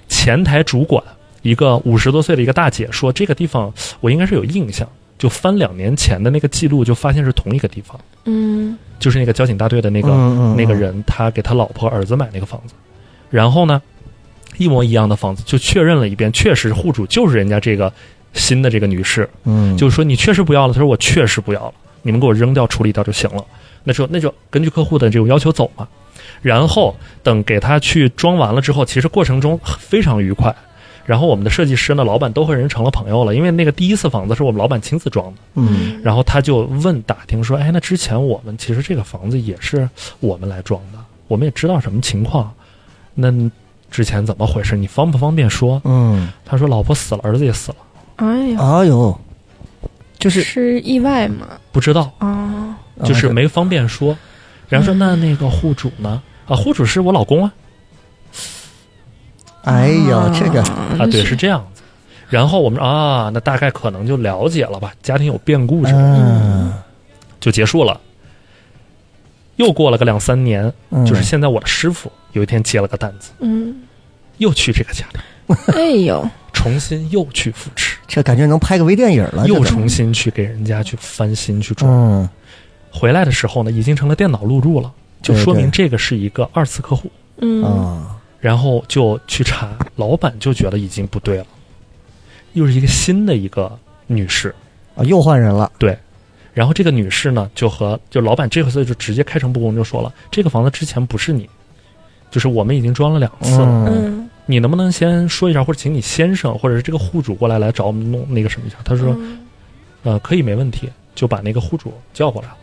前台主管，一个五十多岁的一个大姐说，这个地方我应该是有印象，就翻两年前的那个记录，就发现是同一个地方，嗯就是那个交警大队的那那个、那个人，他给他老婆儿子买那个房子，然后呢，一模一样的房子，就确认了一遍，确实户主就是人家这个新的这个女士，嗯就是说你确实不要了，他说我确实不要了，你们给我扔掉处理掉就行了。那就那就根据客户的这种要求走嘛。然后等给他去装完了之后，其实过程中非常愉快。然后我们的设计师呢，老板都和人成了朋友了，因为那个第一次房子是我们老板亲自装的。嗯然后他就问打听说，哎，那之前我们其实这个房子也是我们来装的，我们也知道什么情况。那之前怎么回事？你方不方便说？嗯他说老婆死了，儿子也死了，哎呀，哎呦，就是是意外嘛？不知道，啊，就是没方便说。然后嗯说那那个户主呢？啊，户主是我老公啊。哎呀啊，这个啊，对，那是这样子。然后我们啊，那大概可能就了解了吧，家庭有变故什么的嗯就结束了。又过了个两三年，嗯就是现在我的师傅有一天接了个单子，嗯，又去这个家里，哎呦，重新又去扶持，这感觉能拍个微电影了，这又个重新去给人家去翻新去装。嗯回来的时候呢，已经成了电脑录入了，就对说对明这个是一个二次客户。嗯，啊然后就去查，老板就觉得已经不对了，又是一个新的一个女士，啊，又换人了，然后这个女士呢，就和就老板这回就直接开诚布公就说了，这个房子之前不是你，就是我们已经装了两次了，嗯嗯，你能不能先说一下，或者请你先生或者是这个户主过来来找我们弄那个什么一下？他说，嗯呃，可以，没问题，就把那个户主叫过来了。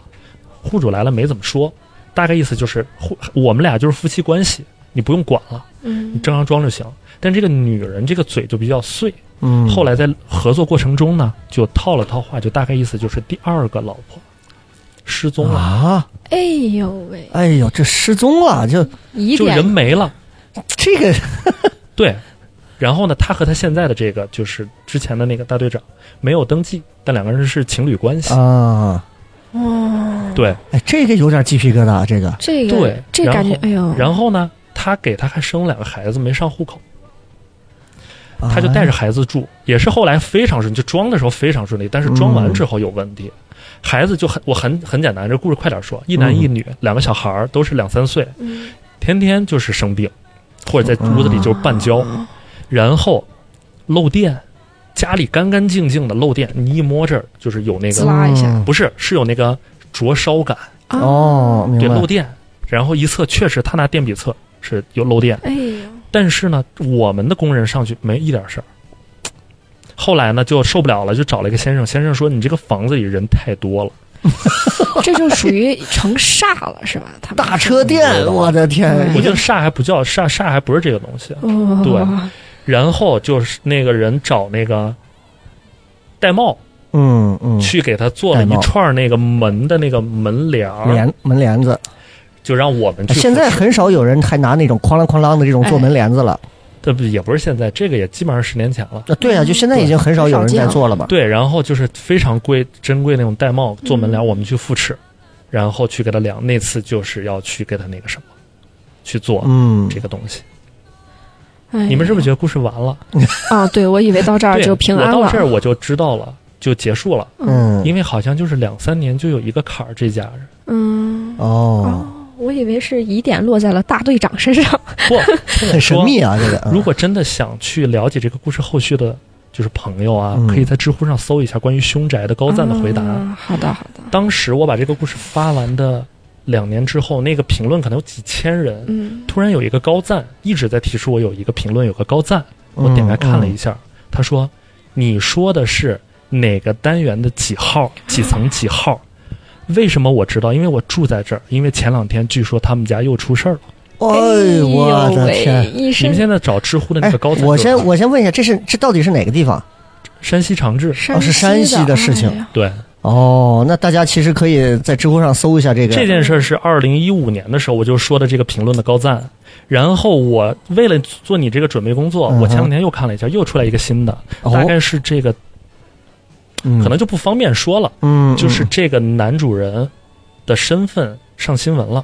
户主来了没怎么说，大概意思就是户我们俩就是夫妻关系，你不用管了，你嗯，正常装就行。但这个女人这个嘴就比较碎，嗯，后来在合作过程中呢，就套了套话，就大概意思就是第二个老婆失踪了，啊，哎呦喂，哎呦，这失踪了，就疑就人点，没了。这个对，然后呢，他和他现在的这个就是之前的那个大队长没有登记，但两个人是情侣关系。啊，哇，对，哎，这个有点鸡皮疙瘩，啊这个这个对这感觉，然后哎呦，然后呢，他给他还生了两个孩子，没上户口，他就哎带着孩子住，也是后来非常顺利，就装的时候非常顺利，但是装嗯完之后有问题。孩子就很，我很很简单，这故事快点说。一男一嗯女，两个小孩儿都是两三岁，嗯天天就是生病，或者在屋子里就是半焦，嗯然后漏电，家里干干净净的漏电，你一摸这儿就是有那滋个，啦拉一下嗯不是是有那个灼烧感，啊，哦，明嗯对，白漏电。然后一测确实他拿电笔测是有漏电，哎呦，但是呢，我们的工人上去没一点事儿。后来呢，就受不了了，就找了一个先生。先生说：“你这个房子里人太 *laughs* 多了，这就属于成煞了是吧？他们大车店，我的天，嗯我觉得煞还不叫煞，煞还不是这个东西。”哦，对然后就是那个人找那个戴帽嗯嗯，去给他做了戴一帽串那个门的那个门帘儿，帘门帘子，就让我们去。哎现在很少有人还拿那种哐啷哐啷的这种做门帘子了。这不也不是现在，这个也基本上十年前了。啊对啊，就现在已经很少有人在做了吧？嗯对，然后就是非常贵、珍贵那种玳瑁做门帘，我们去复制，嗯然后去给他量。那次就是要去给他那个什么，去做嗯，这个东西。哎呦你们是不是觉得故事完了？啊？对，我以为到这儿对，就平安了。我到这儿我就知道了，就结束了。嗯，因为好像就是两三年就有一个坎儿，这家 *laughs* 人嗯，哦，哦，我以为是疑点落在了大队长 *laughs* 身上。不听我很神说。秘啊，这嗯个。如果真的想去了解这个故事后续的，就是朋友啊，嗯可以在知乎上搜一下关于凶宅的高赞的回答。啊好的，好的，当时我把这个故事发完的两年之后，那个评论可能有几千人，嗯，突然有一个高赞一直在提示我有一个评论有个高赞，我点开嗯看了一下，他说：“你说的是哪个单元的几号几层几号？”为什么我知道？因为我住在这儿。因为前两天据说他们家又出事儿了。哎，我的喂天！一你身们现在找知乎的哎那哎个高，赞，我先我先问一下，这是这到底是哪个地方？山西长治山哦是山西的事情哎呀对。哦，那大家其实可以在知乎上搜一下这个。这件事儿是二零一五年的时候，我就说的这个评论的高赞。然后我为了做你这个准备工作，嗯哼我前两天又看了一下，又出来一个新的，哦嗯大概是这个，可可能就不方便说了，嗯，就是这个男主人的身份上新闻了，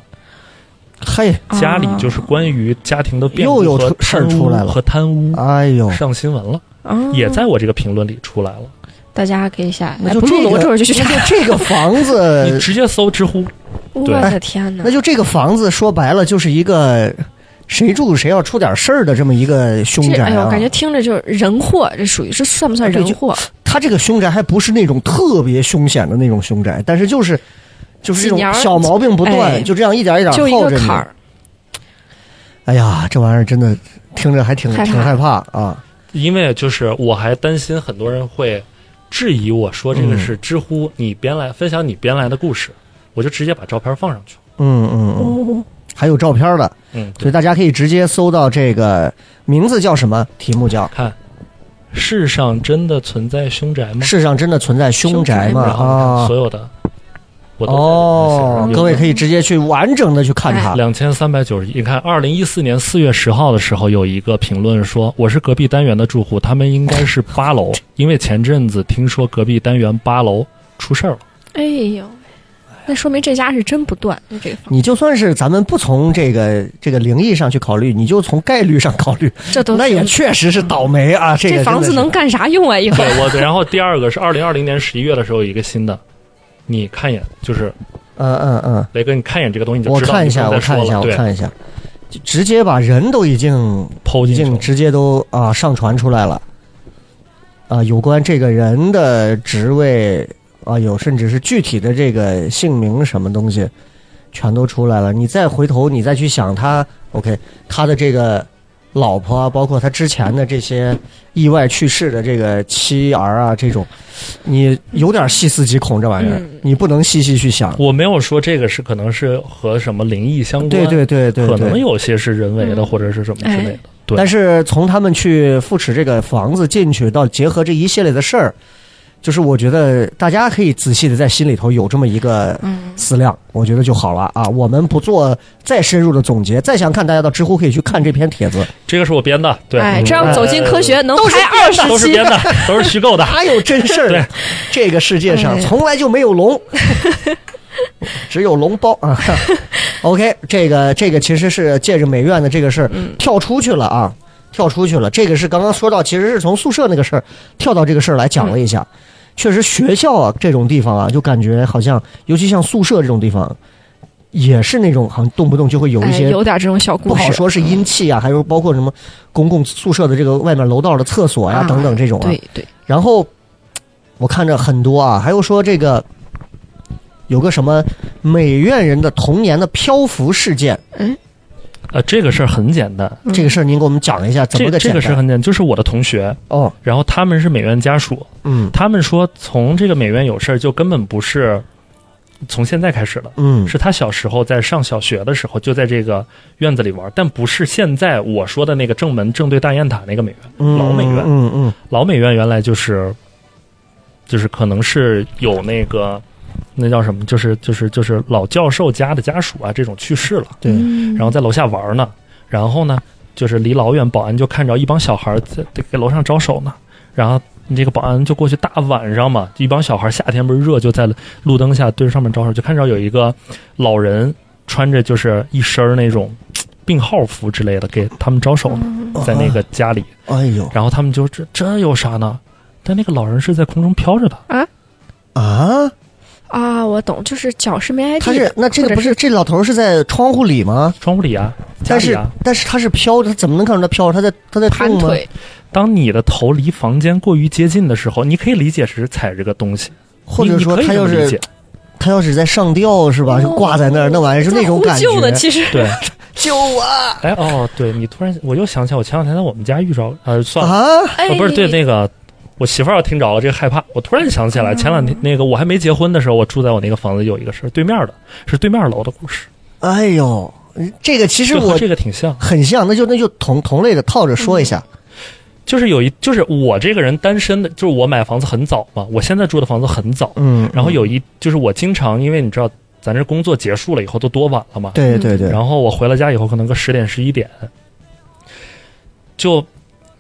嘿，家里就是关于家庭的变又故有和出事儿贪污出来了和贪污哎呦，上新闻了，啊也在我这个评论里出来了。大家可以下，那哎就不录这个了，我这会儿就去那查。就这个 *laughs* 房你子，直接搜知乎，我对的天哪那！就这个房子说白了就是一个谁住谁要出点事儿的这么一个凶这宅哎啊呦，。感觉听着就是人祸，这属于是算不算人祸？他这个凶宅还不是那种特别凶险的那种凶宅，但是就是就是这几年种儿小毛病不哎断，就这样一点一点就一耗个着你坎。儿，哎呀，这玩意儿真的听着还挺害怕挺害怕啊！因为就是我还担心很多人会质疑我说这个是嗯知乎你编来分享你编来的故事，我就直接把照片放上去。嗯嗯嗯，哦，还有照片的，嗯，所以对，大家可以直接搜到这个名字叫什么，题目叫看世上真的存在凶宅吗？世上真的存在凶宅吗？然后啊所，有的，我都哦，各位可以。以直接去完整的去看它。两千三百九十一，你看，二零一四年四月十号的时候，有一个评论说：“我是隔壁单元的住户，他们应该是八 *laughs* 楼，因为前阵子听说隔壁单元八楼出 *laughs* 事儿了。哎呦，那说明这家是真不断，就这个房，你就算是咱们不从这个这个灵异上去考虑，你就从概率上考虑，这都那也确实是倒霉啊！这个真这的房子是能干啥用啊？以后对，我然后第二个是二零二零年十一月的时候有一个新的，你看一眼，就是嗯嗯嗯，雷哥，你看一眼这个东西你就我知道。看一你下，我不用看再一下，说了我对，看一下，就直接把人都已经剖已进去经了。直接都啊上传出来了，啊，有关这个人的职位啊，有甚至是具体的这个姓名什么东西，全都出来了。你再回头，你再去想他，OK，他的这个老婆啊，包括他之前的这些意外去世的这个妻儿啊，这种，你有点细思极恐这玩意儿，嗯你不能细细去想。我没有说这个是可能是和什么灵异相关，对对对对对，哎可能有些是人为的嗯或者是什么之类的。对但是从他们去复持这个房子进去，到结合这一系列的事儿，就是我觉得大家可以仔细的在心里头有这么一个嗯，思量，我觉得就好了啊。我们不做再深入的总结，再想看大家到知乎可以去看这篇帖子。这个是我编的，对，哎，这样走进科学能都是拍二都十是期编，的，都是虚构的。哪有真事儿对？这个世界上哎从来就没有 *laughs* 龙，只有龙包啊。OK，这个这个其实是借着美院的这个事儿嗯跳出去了啊，跳出去了。这个是刚刚说到，其实是从宿舍那个事儿跳到这个事儿来讲了一嗯下。确实，学校啊这种地方啊，就感觉好像，尤其像宿舍这种地方，啊也是那种好像动不动就会有一哎，些有点这种小不故好事，说是阴气啊，还有包括什么公共宿舍的这个外面楼道的厕所呀、啊等等这种啊。对对，然后我看着很多啊，还有说这个有个什么美院人的童年的漂浮事件，呃，这个事儿很简单，嗯这个事儿您给我们讲一下怎这么这简个单？事儿很简单，就是我的同学，哦，然后他们是美院家属，嗯他们说从这个美院有事儿就根本不是从现在开始的，嗯，是他小时候在上小学的时候就在这个院子里玩，但不是现在我说的那个正门正对大雁塔那个美院，嗯老美院嗯嗯老美院原来就是就是可能是有那个那叫什么，就是就是就是老教授家的家属啊这种去世了。对嗯然后在楼下玩呢，然后呢，就是离老远，保安就看着一帮小孩在在给楼上招手呢，然后这个保安就过去，大晚上嘛，一帮小孩夏天不是热，就在路灯下对着上面招手，就看着有一个老人穿着就是一身儿那种嘖病号服之类的，给他们招手呢，嗯嗯，在那个家里，啊，哎呦然后他们就这这有啥呢？但那个老人是在空中飘着的，啊，啊，我懂，就是脚是没 ID，他是那这个不或是这老头儿是在窗户里吗？窗户里啊，家但里是啊。但是他是飘着，他怎么能看出他飘着？他在他在盘动吗？腿，当你的头离房间过于接近的时候，你可以理解是踩着个东西，或者你说你可以他这要么理是解哦他要是在上吊是吧？就挂在那儿，那玩意儿是那种呼感觉。救呢，其实对，救我啊！哎哦，对你突然，我又想起来，我前两天在我们家遇着，呃，算了，啊哎呃不是对那个，我媳妇儿要听着了，这个害怕。我突然想起来，前两天那个我还没结婚的时候，我住在我那个房子有一个事儿，对面的是对面楼的故事，哎呦，这个其实就和我这个挺像，很像，那就那就同同类的套着说一下。就是有一，就是我这个人单身的，就是我买房子很早嘛，我现在住的房子很早，嗯，然后有一，就是我经常因为你知道，咱这工作结束了以后都多晚了嘛，嗯对对对，然后我回了家以后，可能个十点十一点，就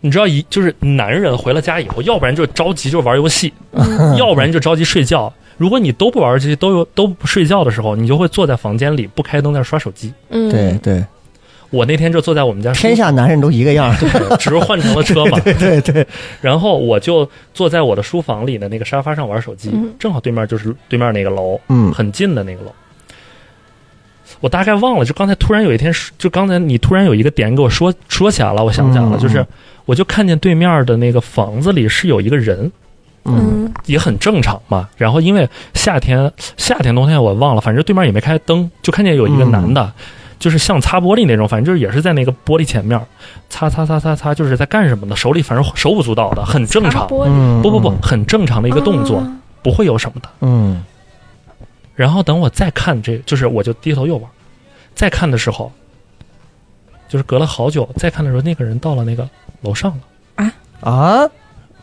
你知道一就是男人回了家以后，要不然就着急就玩游戏，嗯要不然就着急睡觉。如果你都不玩这些，都有都不睡觉的时候，你就会坐在房间里不开灯在那刷手机。嗯 *laughs* 对对，我那天就坐在我们家书 *laughs* 天下男人都一个样儿。对 *laughs* 只是换成了车嘛。 *laughs* 对对对，然后我就坐在我的书房里的那个沙发上玩手机嗯，正好对面就是对面那个楼，嗯很近的那个楼。我大概忘了，就刚才突然有一天，就刚才你突然有一个点给我说说起来了，我想起来了，嗯就是我就看见对面的那个房子里是有一个人，嗯也很正常嘛。然后因为夏天，夏天冬天我忘了，反正对面也没开灯，就看见有一个嗯男的，就是像擦玻璃那种，反正就是也是在那个玻璃前面擦擦擦擦擦，就是在干什么呢？手里反正手舞足蹈的，很正擦常，玻璃嗯，不不不，很正常的一个动作，啊不会有什么的。嗯，然后等我再看这，就是我就低头又玩，再看的时候，就是隔了好久再看的时候，那个人到了那个楼上了，嗯啊，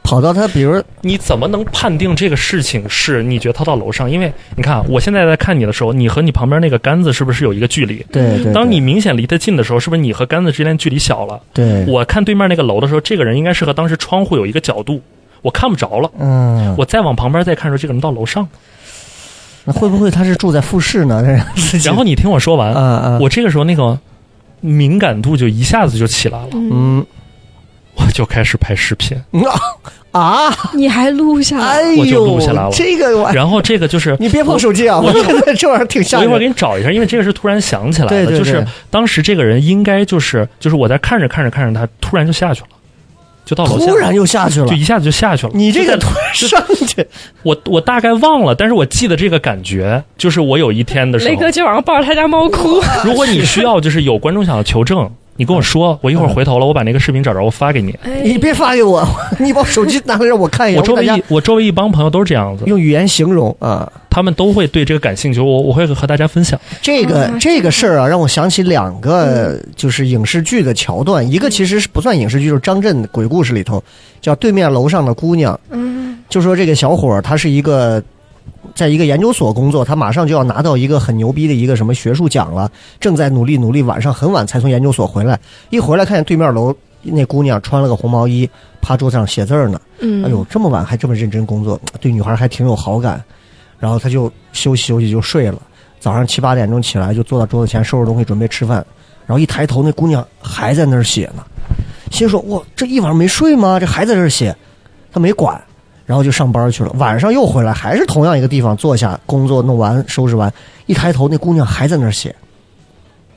跑到他，比如你怎么能判定这个事情是你觉得他到楼上？因为你看，啊，我现在在看你的时候，你和你旁边那个杆子是不是有一个距离？对对，当你明显离得近的时候，是不是你和杆子之间距离小了？对，我看对面那个楼的时候，这个人应该是和当时窗户有一个角度，我看不着了。嗯，我再往旁边再看的时候，这个人到楼 *laughs* 上了。那会不会他是住在复试呢？ *laughs* 然后你听我说完，啊啊，我这个时候那个敏感度就一下子就起来了，嗯，嗯 *laughs* 我就开始拍视频，啊， *laughs* 你还录下来？哎我就呦录下来了，这个玩意儿然后这个 *laughs* 就是。你别碰手机啊！我觉得这玩意儿挺吓我一人会儿的。给你找一下，因为这个是突然想起来对的，对就对是当时这个人应该就是就是我在看着看着看着他，突然就下去了，就到楼下，突然又下去了就，一下子就下去了。你这个就在突然上去，我我大概忘了，但是我记得这个感觉，就是我有一天的时雷候哥，今晚上抱着他家猫哭， *laughs* 如果你需要就是有观众想要求证，你跟我说，我一会儿回头了，我把那个视频找着，我发给你。哎你别发给我，你把手机拿来让我看一下。哎我周围大一家我周围一帮朋友都是这样子，用语言形容啊，他们都会对这个感兴趣，我我会和大家分享。这个啊嗯这个事儿啊，让我想起两个就是影视剧的桥段，一个其实是不算影视剧，就是张震的鬼故事里头叫《对面楼上的姑娘》，嗯就说这个小伙儿他是一个。在一个研究所工作，他马上就要拿到一个很牛逼的一个什么学术奖了，正在努力努力，晚上很晚才从研究所回来。一回来看见对面楼那姑娘穿了个红毛衣，趴桌子上写字儿呢。嗯，哎呦，这么晚还这么认真工作，对女孩还挺有好感。然后他就休息休息就睡了，早上七八点钟起来就坐到桌子前收拾东西准备吃饭，然后一抬头那姑娘还在那儿写呢，心说哇这一晚上没睡吗？这还在这儿写，他没管，然后就上班去了。晚上又回来，还是同样一个地方坐下工作弄完收拾完，一抬头那姑娘还在那儿写，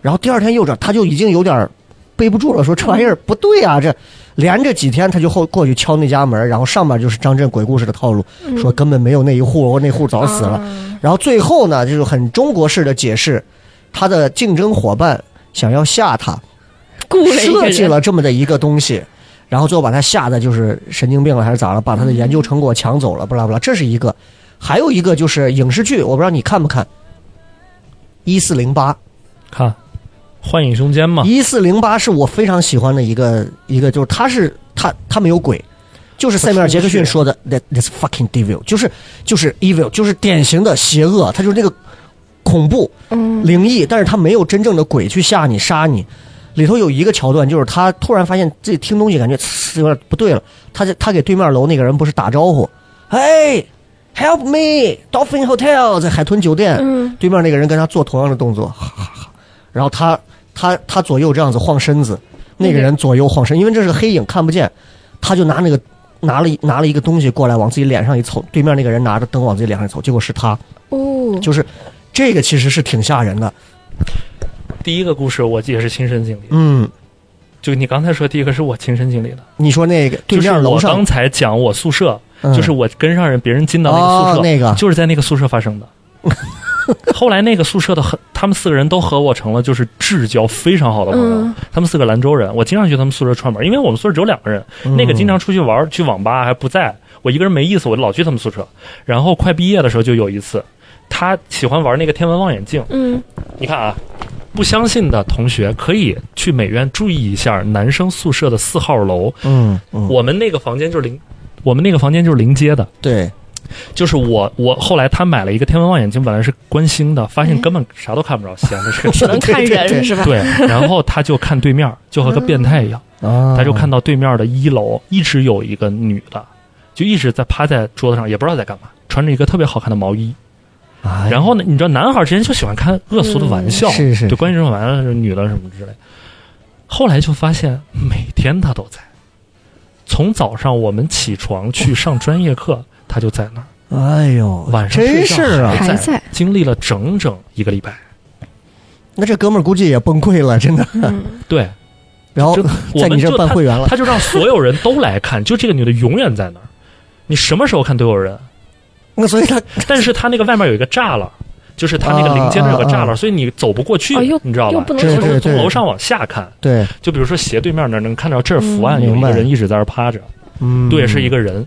然后第二天又这他就已经有点儿背不住了，说这玩意儿不对啊，这连着几天他就后过去敲那家门，然后上面就是张震鬼故事的套路，嗯说根本没有那一户，那户早死了。啊然后最后呢，就是很中国式的解释，他的竞争伙伴想要吓他，雇了一个设人计了这么的一个东西，然后最后把他吓得就是神经病了还是咋了，把他的研究成果抢走了，不啦不啦，这是一个。还有一个就是影视剧，我不知道你看不看，《一四零八》。看《幻影凶间》嘛，一四零八是我非常喜欢的一个一个，就是他是他他没有鬼，就是塞缪尔杰克逊说的 that this fucking devil，就是就是 evil，就是典型的邪恶，他就是那个恐怖嗯灵异，但是他没有真正的鬼去吓你杀你。里头有一个桥段，就是他突然发现自己听东西感觉嘶有点不对了，他就他给对面楼那个人不是打招呼，哎，help me，Dolphin Hotel 在海豚酒店，嗯对面那个人跟他做同样的动作，哈哈哈，然后他他他左右这样子晃身子，那个人左右晃身，因为这是个黑影看不见，他就拿那个拿了一拿了一个东西过来往自己脸上一凑，对面那个人拿着灯往自己脸上一凑，结果是他，哦，就是这个其实是挺吓人的，第一个故事我也是亲身经历，嗯，就你刚才说第一个是我亲身经历的，你说那个对就是面楼我上刚才讲我宿舍，嗯就是我跟上人别人进到那个宿哦舍，那个就是在那个宿舍发生 *laughs* 的。后来那个宿舍的很，他们四个人都和我成了就是至交非常好的朋友。嗯他们四个兰州人，我经常去他们宿舍串门，因为我们宿舍只有两个人，哦那嗯个经常出去玩去网吧还不在，我一个人没意思，我就老去他们宿舍。然后快毕业的时候就有一次，他喜欢玩那个天文望远镜，嗯你看啊。不相信的同学可以去美院注意一下男生宿舍的四号楼，嗯嗯我们那个房间就是临，我们那个房间就是临街的，对就是我我后来他买了一个天文望远镜，本来是观星的，发现根本啥都看不着，闲着这个 *laughs* 只能看对对对人是吧？对，然后他就看对面，就和个变态一样，啊，他就看到对面的一楼一直有一个女的，就一直在趴在桌子上，也不知道在干嘛，穿着一个特别好看的毛衣。哎，然后呢，你知道男孩之间就喜欢开恶俗的玩笑，嗯是是对，关于这种玩笑，就是女的什么之类。后来就发现每天他都在，从早上我们起床去上专业课，他就在那儿，哎呦，晚上真睡觉是啊，还还在经历了整整一个礼拜。那这哥们儿估计也崩溃 *laughs* 了，真的。嗯对，然后就我在们你这就办他会员了，他就让所有人都来看，就这个女的永远在那儿，你什么时候看都有人。那所以他但是他那个外面有一个栅栏，就是他那个临街那儿有个栅栏，所以你走不过去哦又，你知道又吧不？能啊对说就是对从楼上往下看，对，就比如说斜对面那儿能看到这儿伏案嗯有一明白个人一直在那儿趴着，嗯，对，是一个人。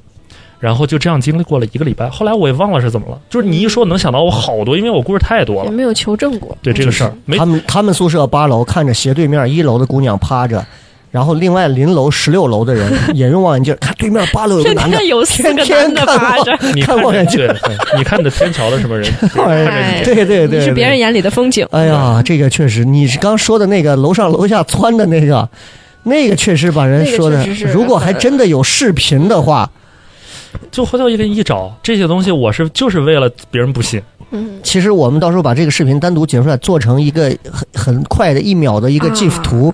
然后就这样经历过了一个礼拜，后来我也忘了是怎么了。就是你一说能想到我好多，因为我故事太多也了。没有求证过嗯对这个事儿，没他们他们宿舍八楼看着斜对面一楼的姑娘趴着，然后另外邻楼十六楼的人 *laughs* 也用望远镜看对面八楼有个天男的天，有四天个天看男的望趴着，你看望远镜，对，对你看的天桥的什么 *laughs* 人？哎对对对，你是对别人眼里的风景。哎呀，这个确实，你是刚说的那个楼上楼下窜的那个，那个确实把人那个说的确实，是如果还很真的有视频的话，就回头一个一找这些东西，我是就是为了别人不信，嗯，其实我们到时候把这个视频单独剪出来，做成一个很很快的一秒的一个啊 GIF 图，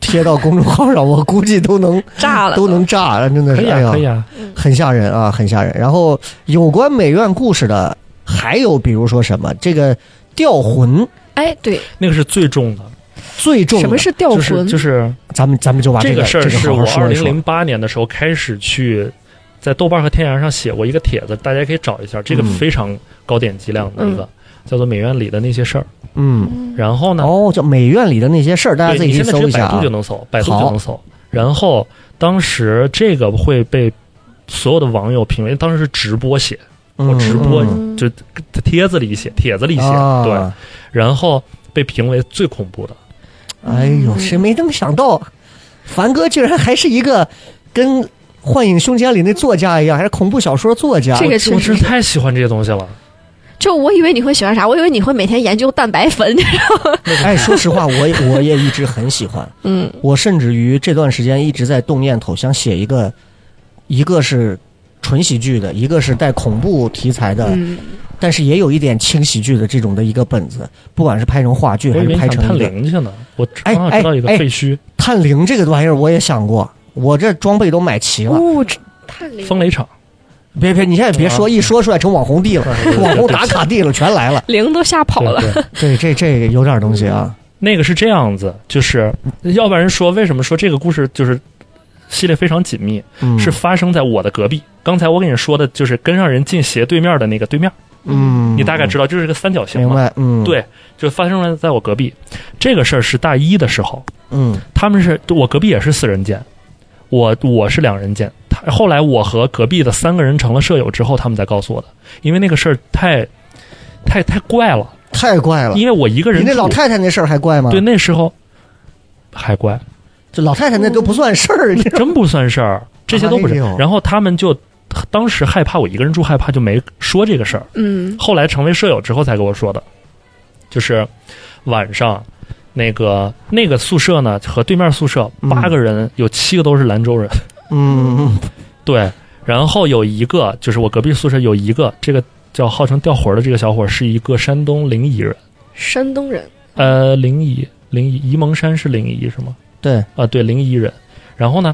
贴到公众号上，我估计都能炸了都能炸，真的可是以哎啊，呀可，以啊，很吓人啊，很吓人。然后有关美院故事的，还有比如说什么这个吊魂哎，对，那个是最重的，最重什的么，是吊就是魂？就是咱们咱们就把这个事儿是好好我说二一零说。零八年的时候开始去在豆瓣和天涯上写过一个帖子，大家可以找一下，这个嗯非常高点击量的一个叫做《美院里的那些事儿》。嗯，然后呢，哦，叫美院里的那些事儿，大家对自你己去现在直搜一接下百度啊就。能搜，百度好就能搜。然后当时这个会被所有的网友评为，当时是直播写，嗯我直播嗯嗯就帖子里写，帖子里写，啊对，然后被评为最恐怖的。哎嗯呦，谁没能想到，凡哥居然还是一个跟《幻影凶间》里那作家一样，还是恐怖小说作家。这个确我实真是，太喜欢这些东西了，就我以为你会喜欢啥，我以为你会每天研究蛋白 *laughs* 粉。哎，说实话，我也我也一直很喜欢。嗯，我甚至于这段时间一直在动念头，想写一个，一个是纯喜剧的，一个是带恐怖题材的，嗯，但是也有一点轻喜剧的这种的一个本子，不管是拍成话剧我还以是为你拍想成一探个灵去呢，我哎刚好知道一个哎哎废墟探灵这个玩意儿，我也想过，我这装备都买齐了。哦，这探灵风雷场，别别，你现在别说，哦啊一说出来成网红地了，对网红打卡地了，全来了。灵都吓跑了。对对对，这这个有点东西啊。那个是这样子，就是要不然说为什么说这个故事就是系列非常紧密，嗯，是发生在我的隔壁。刚才我跟你说的就是跟上人进斜对面的那个对面，嗯，你大概知道就是个三角形明嘛，白？嗯，对就发生了在我隔壁。这个事儿是大一的时候，嗯他们是我隔壁也是四人间，我我是两人间。他后来我和隔壁的三个人成了舍友之后，他们才告诉我的，因为那个事儿太太太怪了，太怪了。因为我一个人比那住老太太那事儿还怪吗？对，那时候还怪，这老太太那都不算事儿。你知道吗真不算事儿，这些都不是哎呦。然后他们就当时害怕我一个人住，害怕就没说这个事儿。嗯，后来成为舍友之后才跟我说的，就是晚上那个那个宿舍呢和对面宿舍嗯八个人、有七个都是兰州人，嗯，对。然后有一个就是我隔壁宿舍有一个这个叫号称掉魂儿的这个小伙儿是一个山东临沂人，山东人，呃，临沂临沂沂蒙山是临沂是吗？对，啊，对，临沂人。然后呢，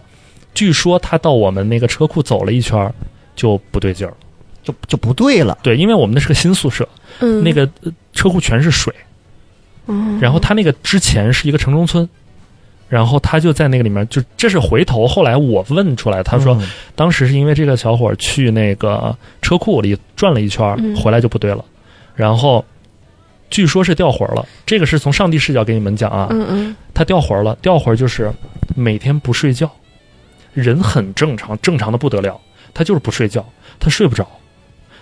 据说他到我们那个车库走了一圈儿，就不对劲儿了。就就不对了。对，因为我们那是个新宿舍，嗯，那，个呃车库全是水。然后他那个之前是一个城中村，然后他就在那个里面，就这是回头后来我问出来，他说嗯当时是因为这个小伙儿去那个车库里转了一圈儿，嗯回来就不对了，然后。据说是掉魂儿了，这个是从上帝视角给你们讲啊。嗯嗯，他掉魂儿了，掉魂儿就是每天不睡觉，人很正常，正常的不得了，他就是不睡觉，他睡不着，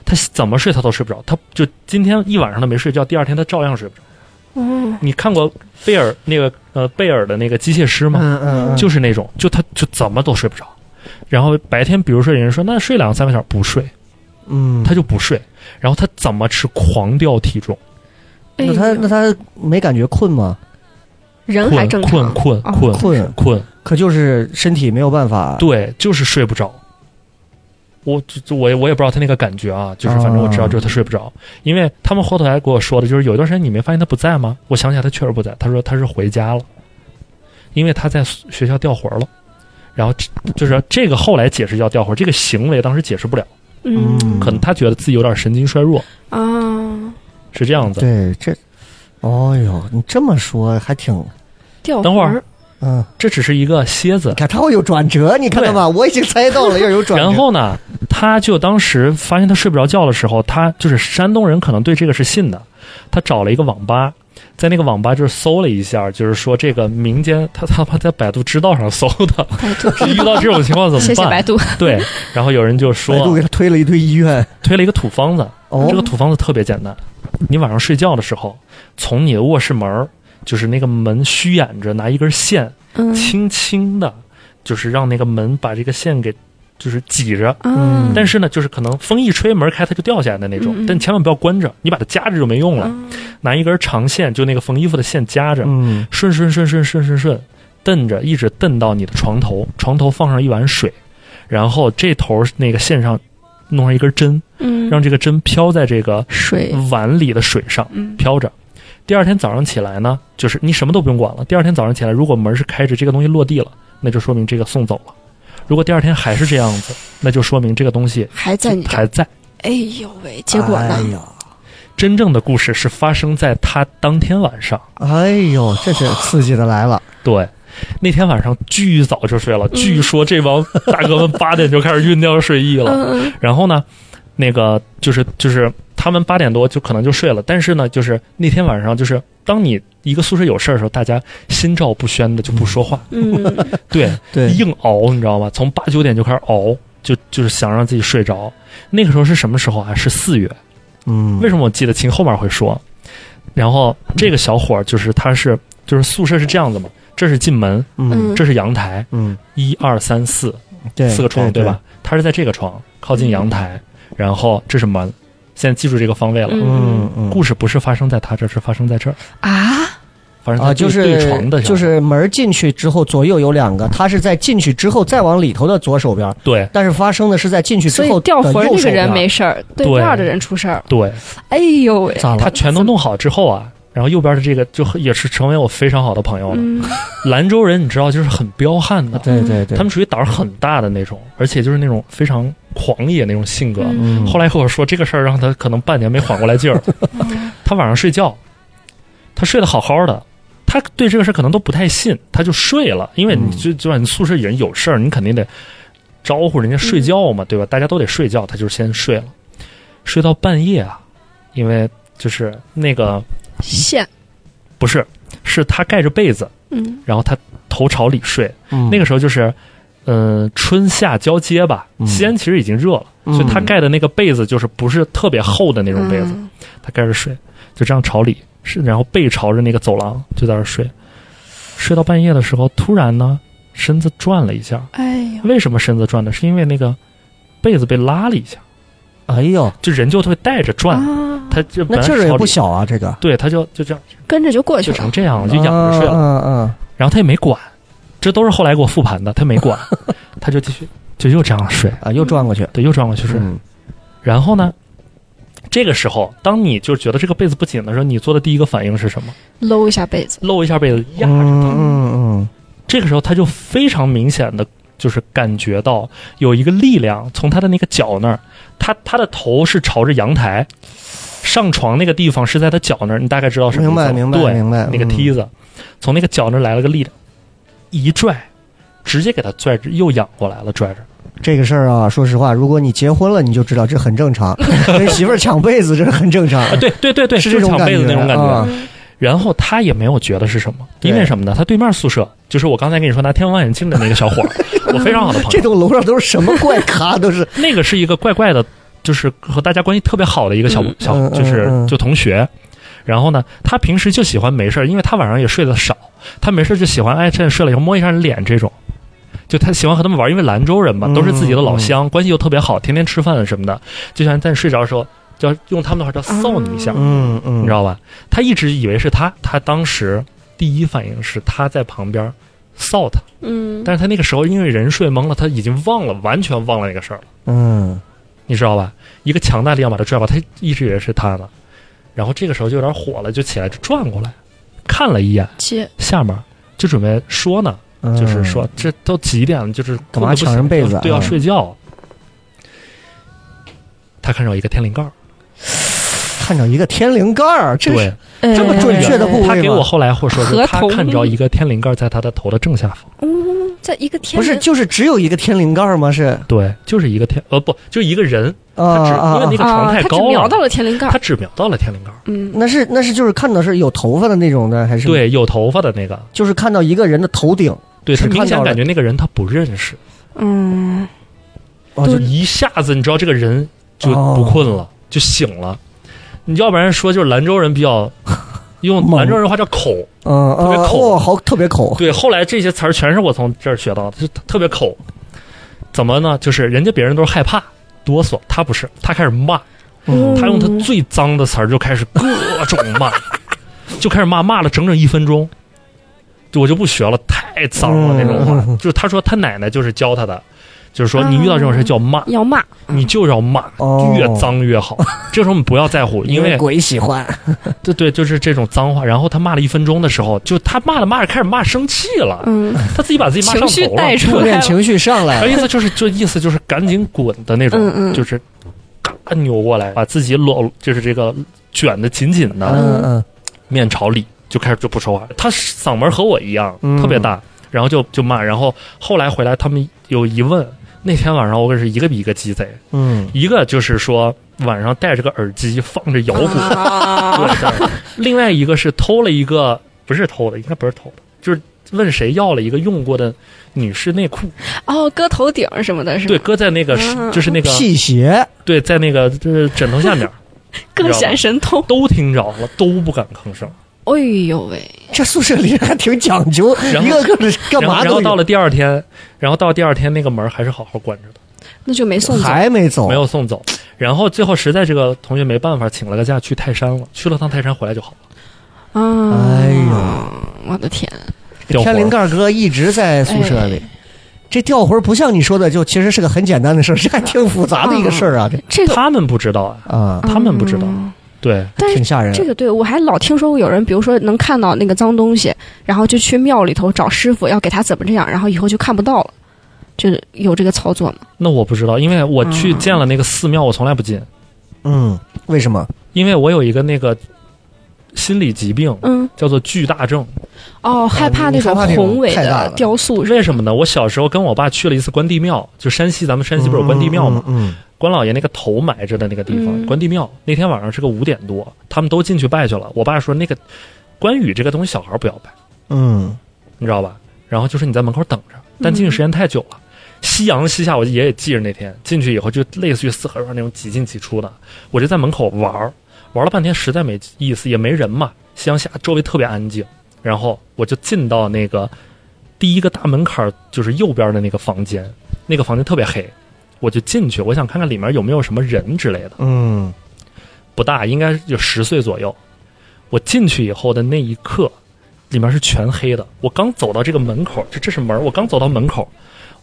他怎么睡他都睡不着，他就今天一晚上他没睡觉，第二天他照样睡不着。哦，你看过贝尔那个呃贝尔的那个机械师吗？嗯嗯，嗯就是那种，就他就怎么都睡不着，然后白天比如说有人说那睡两三个小时不睡，嗯，他就不睡，然后他怎么吃狂掉体重，哎那他那他没感觉困吗？人还困正困常，困哦困困，困，可就是身体没有办法。对，就是睡不着。我就就我也我也不知道他那个感觉啊，就是反正我知道就是他睡不着，因为他们后头来给我说的，就是有一段时间你没发现他不在吗？我想起来他确实不在，他说他是回家了，因为他在学校掉魂了，然后这就是这个后来解释叫掉魂，这个行为当时解释不了，嗯可能他觉得自己有点神经衰弱，嗯啊，是这样子。对这，哦呦，你这么说还挺掉等会儿魂儿嗯。这只是一个蝎子你，看，它会有转折，你看到吗？我已经猜到了，要有转折。然后呢，他就当时发现他睡不着觉的时候，他就是山东人，可能对这个是信的。他找了一个网吧，在那个网吧就是搜了一下，就是说这个民间，他 *laughs* 他妈在百度知道上搜的，百度，遇到这种情况怎么谢谢百办？度，对，然后有人就百度说给他推了一堆医院。推了一个土方子，哦，这个土方子特别简单，你晚上睡觉的时候，从你的卧室门儿，就是那个门虚掩着，拿一根线嗯轻轻的，就是让那个门把这个线给就是挤着。嗯啊，但是呢，就是可能风一吹，门开它就掉下来的那种嗯嗯，但千万不要关着，你把它夹着就没用了。嗯拿一根长线，就那个缝衣服的线夹着，嗯顺顺顺顺顺顺顺，蹬着一直蹬到你的床头，床头放上一碗水，然后这头那个线上弄上一根针，嗯，让这个针飘在这个水，碗里的水上嗯飘着。第二天早上起来呢，就是你什么都不用管了。第二天早上起来，如果门是开着，这个东西落地了，那就说明这个送走了；如果第二天还是这样子，那就说明这个东西还在你这儿，还在。哎呦喂，结果呢哎？呀，真正的故事是发生在他当天晚上。哎呦，这是刺激的来了。对，那天晚上巨早就睡了，嗯据说这帮大哥们八点就开始酝酿睡意了。嗯然后呢，那个就是就是他们八点多就可能就睡了，但是呢，就是那天晚上就是当你一个宿舍有事儿的时候，大家心照不宣的就不说话，嗯嗯对，对，硬熬，你知道吗？从八九点就开始熬。就就是想让自己睡着，那个时候是什么时候啊？是四月。嗯，为什么我记得清？后面会说。然后这个小伙儿就是他是就是宿舍是这样子嘛，这是进门，嗯嗯这是阳台，嗯，一二三四对，四个床，对对吧？？他是在这个床靠近阳台，然后这是门。现在记住这个方位了。嗯嗯嗯，故事不是发生在他这儿，是发生在这儿，啊，发生 *laughs* 啊，在就对是对床的上，就是门进去之后左右有两个，他是在进去之后再往里头的左手边，对但是发生的是在进去之所以后掉魂的儿右那手个人边没事儿，对对面儿的人出事儿，对，哎呦喂，咋他了？全都弄好之后啊，然后右边的这个就也是成为我非常好的朋友了。嗯兰州人你知道，就是很彪悍的，嗯对对对，他们属于胆儿很大的那种，而且就是那种非常狂野那种性格。嗯后来和我说这个事儿，让他可能半年没缓过来劲儿。他晚上睡觉，他睡得好好的，他对这个事儿可能都不太信，他就睡了。因为你嗯就就算你宿舍里人有事儿，你肯定得招呼人家睡觉嘛，对吧？大家都得睡觉，他就先睡了。睡到半夜啊，因为就是那个 *laughs* 线，不是，是他盖着被子，嗯然后他头朝里睡。嗯那个时候就是，嗯、春夏交接吧，嗯西安其实已经热了，嗯所以他盖的那个被子就是不是特别厚的那那种被子，，嗯他盖着睡，就这样朝里，是然后背朝着那个走廊就在那儿睡，睡到半夜的时候，突然呢身子转了一下，哎呦，为什么身子转呢？是因为那个被子被拉了一下，哎呦，就人就会带着转，啊，他就本那来劲儿也朝里不，小哎啊，这个对，他就就这样跟着就过去就成了，这样了啊就仰着睡了，嗯然后他也没管，这都是后来给我复盘的，他没管， *laughs* 他就继续就又这样睡，嗯啊，又转过去，对，又转过去睡。嗯然后呢，这个时候，当你就觉得这个被子不紧的时候，你做的第一个反应是什么？搂一下被子，搂一下被子压着。嗯嗯这个时候，他就非常明显的就是感觉到有一个力量从他的那个脚那儿，他他的头是朝着阳台，上床那个地方是在他脚那儿，你大概知道嗯，什么意明思白了明白对，明白，嗯那个梯子，从那个脚那儿来了个力量，一拽，直接给他拽着，又仰过来了，拽着。这个事儿啊，说实话，如果你结婚了，你就知道这很 *laughs* 正常，跟媳妇儿抢被子这是很正常，啊，对对对对，是就这种抢感被子那种感觉。啊然后他也没有觉得是什么，对因为什么呢？他对面宿舍就是我刚才跟你说拿天文望远镜的那个小伙 *laughs* 儿，我非常好的朋 *laughs* 这友，栋楼上都是什么怪咖，都 *laughs* 是那个是一个怪怪的，就是和大家关系特别好的一个小嗯小，嗯嗯就是嗯就同学。然后呢，他平时就喜欢没事儿，因为他晚上也睡得少，他没事儿就喜欢哎，趁睡了以后摸一下人脸这种。就他喜欢和他们玩，因为兰州人嘛，嗯都是自己的老乡，关系又特别好，天天吃饭什么的，就像在你睡着的时候，就要用他们的话叫啊臊你一下，嗯嗯，你知道吧？他一直以为是他，他当时第一反应是他在旁边臊他，嗯，但是他那个时候因为人睡懵了，他已经忘了，完全忘了那个事儿了，嗯你知道吧？一个强大力量把他拽过来，他一直以为是他呢。然后这个时候就有点火了，就起来就转过来，看了一眼接下面，就准备说呢，嗯就是说这都几点了，就是干嘛抢人被子啊嗯对，要睡觉。他看着一个天灵盖儿，看着一个天灵盖儿，这对是，这哎么准确的部位吗他给我后来会说是合他同看着一个天灵盖在他的头的正下方。嗯，在一个天不是人就是只有一个天灵盖儿吗？是对，就是一个天，呃，不，就是一个人，啊他只、啊，因为那个啊床啊，太他高只了，瞄到了天灵盖他儿，只瞄到了天灵盖儿。嗯，那是那是就是看到是有头发的那种的，还是，对，有头发的那个，就是看到一个人的头顶，对是他明看到显了感觉那个人他不认识，嗯，哦，就就哦一下子你知道这个人就不困了，就醒了。你要不然说就是兰州人比较用兰州人话叫口。嗯特别啊，口哦，好，特别口，对，后来这些词儿全是我从这儿学到的，就是特别口。怎么呢？就是人家别人都是害怕、哆嗦，他不是，他开始骂，嗯他用他最脏的词儿就开始各种 *laughs* 骂，就开始骂，骂了整整一分钟。就我就不学了，太脏嗯了那种话。就是他说他奶奶就是教他的，就是说你遇到这种事就要骂，要骂，你就要骂，哦越脏越好。这时候我们不要在乎，因为鬼 *laughs* 喜欢，对对，就是这种脏话。然后他骂了一分钟的时候，就他骂着骂着开始骂生气了，嗯，他自己把自己骂上情绪头了。带出负来面了，情绪上来他了，意思就是，就意思就是赶紧滚的那种，嗯嗯就是嘎扭过来，把自己搂，就是这个卷的紧紧的，嗯嗯面朝里，就开始就不说话。他嗓门和我一样，嗯特别大，然后就就骂。然后后来回来，他们有疑问。那天晚上我可是一个比一个鸡贼，嗯，一个就是说晚上戴着个耳机放 *laughs* 着摇滚，啊对对另外一个是偷了一个，不是偷的，应该不是偷的，就是问谁要了一个用过的女士内裤， *laughs* 哦，搁头顶什么的，是对，吧？搁在那个嗯就是那个辟邪，对，在那个就是枕头下面更显神通。都听着了，都不敢吭声。哎呦喂，这宿舍里人还挺讲究，然后一个个的干然后嘛然都后有到了第二天，然后到第二天那个门还是好好关着的，那就没送走。还没走，没有送走。然后最后实在这个同学没办法，请了个假去泰山了，去了趟泰山回来就好了。啊！哎我的天，掉哎魂天儿灵盖哥一直在宿舍里。这吊魂儿不像你说的，就其实是个很简单的事儿，这还挺复杂的一个事儿啊，这这个他们不知道啊，啊，他们不知道，嗯对，但是挺吓人。这个对我还老听说过有人，比如说能看到那个脏东西，然后就去庙里头找师傅要给他怎么这样，然后以后就看不到了，就是有这个操作吗？那我不知道，因为我去嗯见了那个寺庙，我从来不进，嗯，为什么？因为我有一个那个心理疾病。嗯，叫做巨大症，哦，害怕那种啊害怕那种宏伟太大了的雕塑，为什么呢？我小时候跟我爸去了一次关帝庙，就山西，咱们山西不是有关帝庙吗？嗯，关老爷那个头埋着的那个地方，嗯关帝庙。那天晚上是个五点多，他们都进去拜去了。我爸说那个关羽这个东西小孩不要拜，嗯你知道吧？然后就说你在门口等着，但进去时间太久了。夕阳西下，我爷爷记着那天进去以后，就类似于四合院那种几进几出的。我就在门口玩儿，玩了半天实在没意思，也没人嘛。夕阳下周围特别安静，然后我就进到那个第一个大门槛儿，就是右边的那个房间，那个房间特别黑，我就进去，我想看看里面有没有什么人之类的。嗯不大，应该就十岁左右。我进去以后的那一刻，里面是全黑的。我刚走到这个门口，这这是门儿，我刚走到门口，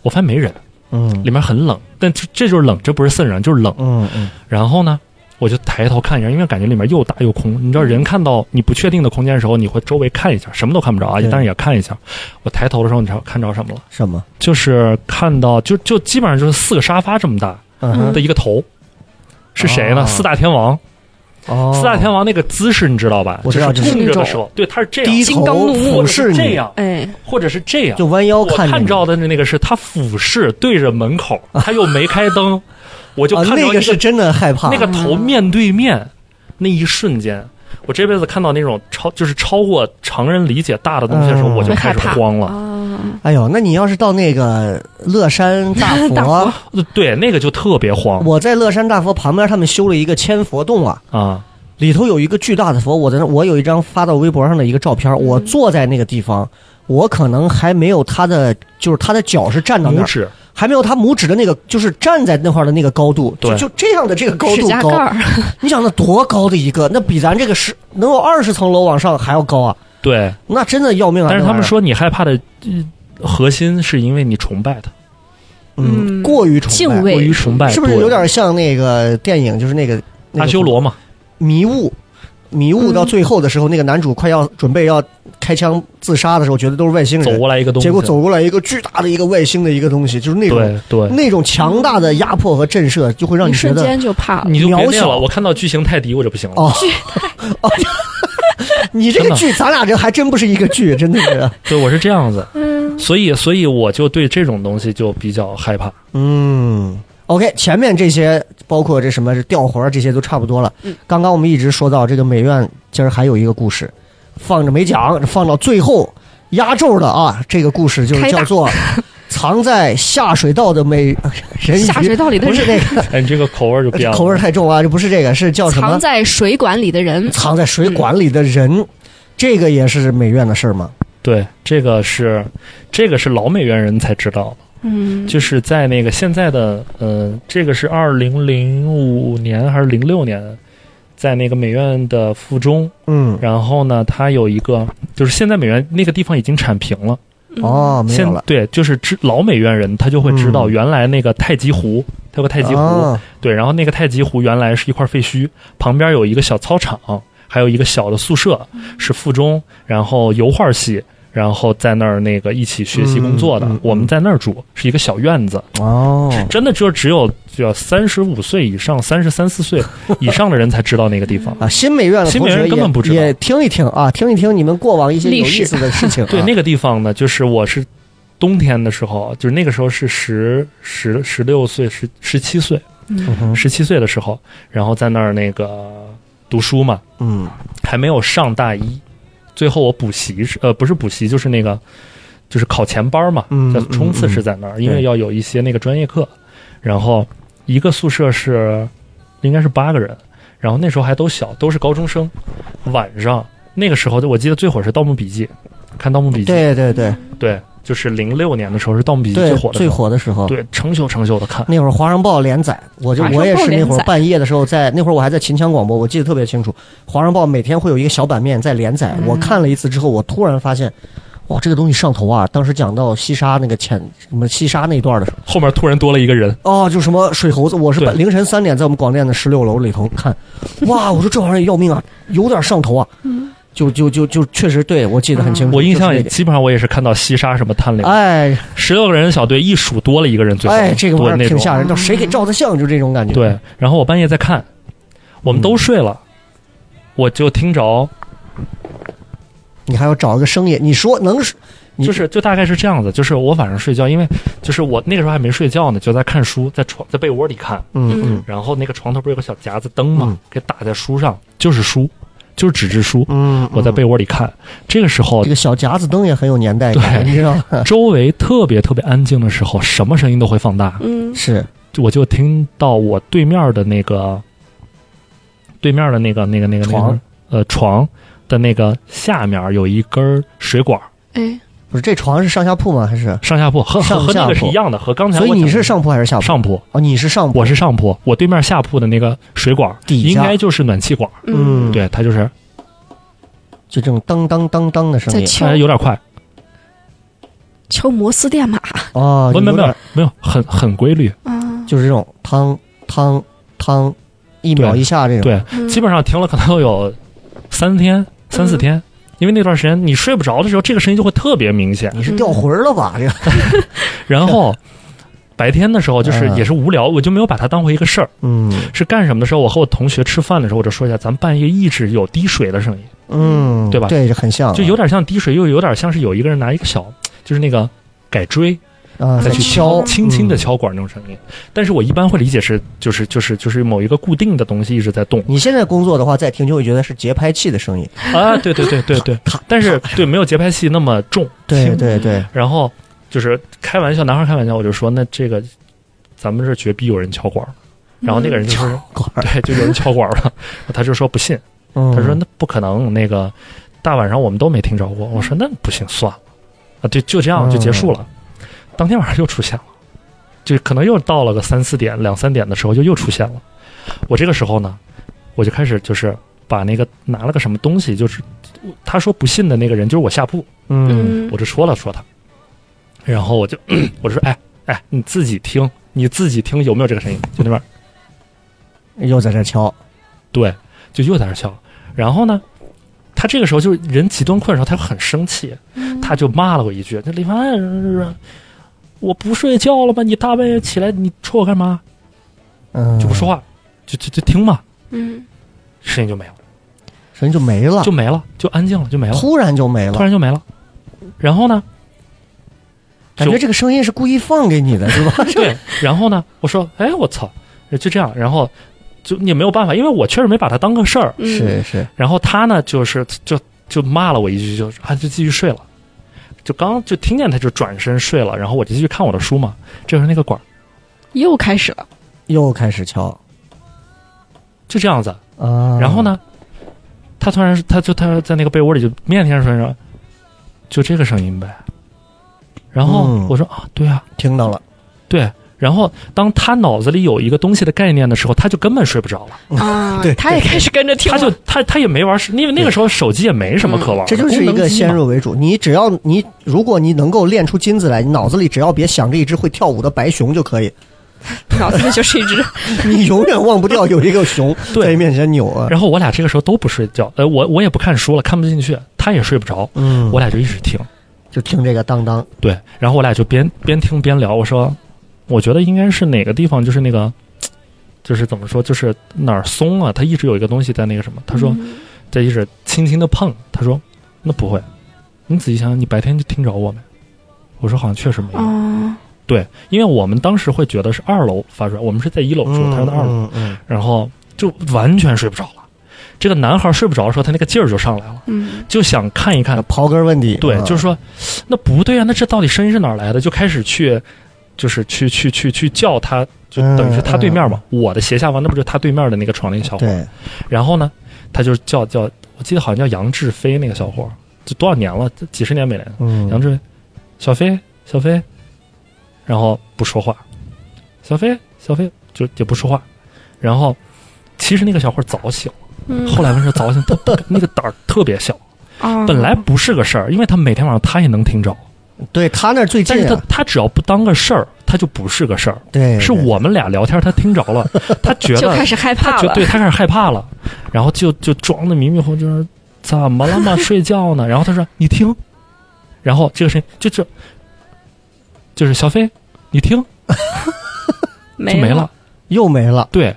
我发现没人，嗯里面很冷。但这这就是冷，这不是瘆人，就是冷。嗯嗯然后呢，我就抬头看一下，因为感觉里面又大又空。你嗯知道，人看到你不确定的空间的时候，你会周围看一下，什么都看不着啊，对但是也看一下。我抬头的时候，你知道看着什么了？什么？就是看到，就就基本上就是四个沙发这么大嗯的一个头，是谁呢？哦四大天王。哦，四大天王那个姿势你知道吧？我知道就是就是供那着的种时候，对，他是这低样，金刚头怒目俯或者视是你，这样，哎，或者是这样。就弯腰我看着看你着的那个是他俯视对着门 *laughs* 口，他又没开灯，我就啊，看着那一个是啊真的害怕。那个头面对面，那一瞬间。我这辈子看到那种超就是超过常人理解大的东西的时候，嗯我就开始会害怕慌了。啊，哎呦，那你要是到那个乐山大 *laughs* 大佛佛，呃对，那个就特别慌我在乐山大佛旁边，他们修了一个千佛洞啊，啊！里头有一个巨大的佛，我在那，我有一张发到微博上的一个照片，我坐在那个地方，我可能还没有他的，就是他的脚是站到那拇儿，指，还没有他拇指的那个，就是站在那块儿的那个高度，就对就这样的这个高指度甲盖高，儿，你想那多高的一个，那比咱这个是能有二十层楼往上还要高啊，对。那真的要命啊！但是那他玩意们儿，说你害怕的、呃核心是因为你崇拜他，嗯，嗯过于崇拜，敬畏过于崇拜，是不是哎对有点像那个电影，就是那个那个阿修罗嘛？迷雾，迷雾嗯到最后的时候，那个男主快要准备要开枪自杀的时候，觉得都是外星走人，过来一个东西，嗯结果走过来一个巨大的一个外星的一个东西，就是那种对对，那种强大的压迫和震慑，就会让一你觉瞬得间就怕了。你就别渺那样小了。我看到巨型泰迪我就不行了。哦， *laughs* 哦你这个真的剧，咱俩这还真不是一个剧，真的是，对，我是这样子，嗯，所以所以我就对这种东西就比较害怕。嗯。OK，前面这些包括这什么吊魂儿这些都差不多了。嗯刚刚我们一直说到这个美院，今儿还有一个故事，放着没讲，放到最后压轴的啊。这个故事就是开大叫 *laughs* 做藏在下水道的美人鱼，下水道里的不是人，那 *laughs* 个哎，你这个口味就变了。口味儿太重啊，这不是这个，是叫什么藏？在水管里的人，嗯藏在水管里的人。这个也是美院的事儿吗？对，这个是这个是老美院人才知道，嗯，就是在那个现在的，呃，这个是二零零五年还是零六年，在那个美院的附中，嗯，然后呢，它有一个就是现在美院那个地方已经铲平了，嗯哦，没现有了。对，就是知老美院人他就会知道嗯原来那个太极湖，它有个太极湖，啊对，然后那个太极湖原来是一块废墟，旁边有一个小操场，还有一个小的宿舍，嗯是附中，然后油画系，然后在那儿那个一起学习工作的。嗯嗯嗯我们在那儿住，是一个小院子，哦，真的就只有就要三十五岁以上、三十三四 *laughs* 岁以上的人才知道那个地方。啊，新美院的新同美院学人根本不知道也也听一听啊，听一听你们过往一些有历史意思的事情 *laughs* 啊。对，那个地方呢，就是我是冬天的时候，就是那个时候是十十十六岁、十十七岁、嗯哼十七岁的时候，然后在那儿那个读书嘛，嗯还没有上大一，最后我补习是呃不是补习就是那个就是考前班嘛，嗯叫冲刺是在那儿，因为对要有一些那个专业课，然后一个宿舍是应该是八个人，然后那时候还都小，都是高中生，晚上那个时候就我记得最火是《盗墓笔记》，看《盗墓笔记》嗯对对对对就是零六年的时候是《盗墓笔记》最对火，的最时候，火的时候。对成宿成宿的看，那会儿《华商报》连载，我就华商我也报是那连会儿载半夜的时候在，那会儿我还在秦腔广播，我记得特别清楚。《华商报》每天会有一个小版面在连载，嗯我看了一次之后，我突然发现，哇，这个东西上头啊！当时讲到西沙那个浅什么西沙那一段的时候，后面突然多了一个人，哦，就什么水猴子，我是对半凌晨三点在我们广电的十六楼里头看，哇，我说这玩意儿要命啊，有点上头啊，就就就就确实对我记得很清楚，嗯我印嗯就是象那也个基本上我也是看到西沙什么探灵，哎十六个人的小队一数多了一个人，最后哎，这个多玩意那儿挺种。吓人，叫谁给照的相，就这种感觉。对，然后我半夜在看，我们都睡了，我就听着，你还要找一个声音，你说能是你就是就大概是这样子，就是我晚上睡觉，因为就是我那个时候还没睡觉呢，就在看书，在床在被窝里看，嗯嗯然后那个床头不是有个小夹子灯嘛嗯，给打在书上，就是书，就是纸质书，嗯，我在被窝里看，这个时候这。个小夹子灯也很有年代对感，你 *laughs* 知道吗？周围特别特别安静的时候，什么声音都会放大。嗯是就我就听到我对面的那个，对面的那个那个那个那个床呃床的那个下面有一根水管，哎，不是这床是上下铺吗？还是？上下铺和和上和那下个是铺一样的，和刚才所以我你讲是的上铺还是下铺？上铺，哦，你是上铺，我是上铺，我对面下铺的那个水管底应下该就是暖气管，嗯，，对，它就是就这种当当当当的声在音敲它有点快，敲摩斯电码哦，没有没没点有没有很很规律，啊，就是这种汤汤汤，一秒对一下这种。对，嗯基本上停了可能都有三天三四嗯天。因为那段时间你睡不着的时候，这个声音就会特别明显。你是掉魂儿了吧？这个然 *laughs* 后白天的时候就是嗯也是无聊，我就没有把它当回一个事儿。嗯是干什么的时候，我和我同学吃饭的时候，我就说一下，咱们半夜一直有滴水的声音，嗯，对吧对，很像啊，就有点像滴水，又有点像是有一个人拿一个小，就是那个改锥啊，再在去敲，轻轻的嗯。敲管那种声音。但是我一般会理解是，就是就是就是某一个固定的东西一直在动嗯你现在工作的话，再听就会觉得是节拍器的声音。啊，对对对对 *laughs* 对，但是对没有节拍器那么重，对轻对对，然后就是开玩笑，男孩开玩笑，我就说那这个咱们这儿绝逼有人敲管儿，然后那个人就说。管 *laughs* 儿。对，就有人敲管儿了，他就说不信，嗯他说那不可能，那个大晚上我们都没听着过。我说那不行，算了，啊，对，就这样嗯就结束了。当天晚上又出现了，就可能又到了个三四点、两三点的时候，就又出现了。我这个时候呢，我就开始就是把那个拿了个什么东西，就是他说不信的那个人就是我下铺，嗯嗯我就说了说他，然后我就 *clears throat* 我就说哎哎，你自己听，你自己听有没有这个声音？就那边儿嗯又在这敲，对，就又在那儿笑。然后呢，他这个时候就是人极端困扰，他就很生气，嗯他就骂了我一句：“那李凡，我不睡觉了吗？你大半夜起来，你戳我干嘛？嗯，就不说，话，就就就听嘛。嗯”声音就没有了，声音就没了，就没了，就安静了，就没了，突然就没突了。然就没了。然后呢，感觉这个声音是故意放给你的，是 *laughs* 吧？对，然后呢，我说：“哎，我操，就这样。”然后就也没有办法，因为我确实没把他当个事儿。嗯是是，然后他呢，就是就就骂了我一句，就是啊，就继续睡了。就刚就听见他就转身睡了，然后我就继续看我的书嘛。这时候那个管儿又开始了，又开始敲就这样子，啊。然后？呢，他突然他就他在那个被窝里就面天说说，就这个声音呗。然后嗯我说啊，对啊，听到了，对。然后当他脑子里有一个东西的概念的时候，他就根本睡不着了。啊嗯 *laughs* 对，他也开始跟着听他了，就他他也没玩手，因为那个时候手机也没什么可玩的，嗯这就是功一能个机先嘛入为主。你只要你，如果你能够练出金子来，你脑子里只要别想着一只会跳舞的白熊就可以， *laughs* 脑子里就是一只，你永远忘不掉有一个熊 *laughs* 对在你面前扭啊。然后我俩这个时候都不睡觉，呃，我我也不看书了，看不进去，他也睡不着，嗯，我俩就一直听。就听这个当当，对，然后我俩就边边听边聊。我说，我觉得应该是哪个地方，就是那个，就是怎么说，就是哪儿松啊，他一直有一个东西在那个什么。他说，在一直轻轻的碰。他说，那不会，你仔细想想，你白天就听着我没？我说好像确实没有。哦，对，因为我们当时会觉得是二楼发出来，我们是在一楼住，他是在二楼。嗯嗯然后就完全睡不着了。这个男孩睡不着的时候，他那个劲儿就上来了，嗯，就想看一看嗯，。刨根问底，对，嗯就是说，那不对啊，那这到底声音是哪儿来的？就开始去，就是去去去去叫他，就嗯等于是他对面嘛，我的斜下方，那不就是他对面的那个床那个小伙？嗯对，然后呢，他就叫叫，我记得好像叫杨志飞那个小伙，就多少年了，几十年没来了。嗯，杨志，小飞，小飞，然后不说话，小飞，小飞就也不说话，然后其实那个小伙儿早醒了，嗯后来问是早醒，他不敢那个胆儿特别小，啊，本来不是个事儿，因为他每天晚上他也能听着，对他那儿最但是近他啊，他只要不当个事儿，他就不是个事儿，对，是对我们俩聊天他听着 *laughs* 了，他觉就开得始害他怕就了，对他开始害怕了，然后就就装的迷迷糊糊，就是怎么了嘛，睡觉呢？然后他说你听，然后这个声音就这，就是小飞，你听就没没了了，，又没了，对，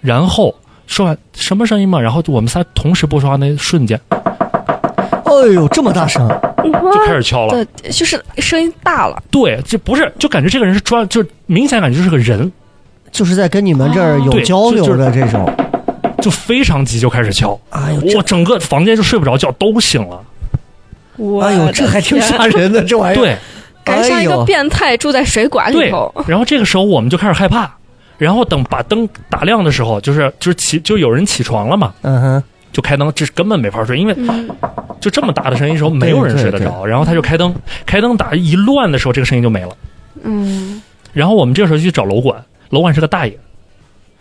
然后说完什么声音嘛，然后就我们仨同时不说话那瞬间哎呦，这么大声，就开哇，始敲了，对，就是声音大了，对，这不是就感觉这个人是专，就明显感觉就是个人，就是在跟你们这儿哦有啊对交就流就的这种，就非常急就开始敲，哎呦，我整个房间就睡不着觉，都醒了，我哎呦，这还挺吓人的，这玩意儿。对。感觉像一哎个呦变态住在水管里对头，，然后这个时候我们就开始害怕，然后等把灯打亮的时候，就是就是起就有人起床了嘛，嗯哼，就开灯，这是根本没法睡，因为嗯，就这么大的声音的时候，没有人睡得对着。然后他就开灯，开灯打一乱的时候，这个声音就没了。嗯，然后我们这个时候就去找楼管，楼管是个大爷。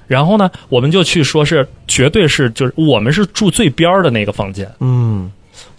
然后呢，我们就去说是绝对是就是我们是住最边儿的那个房间。嗯，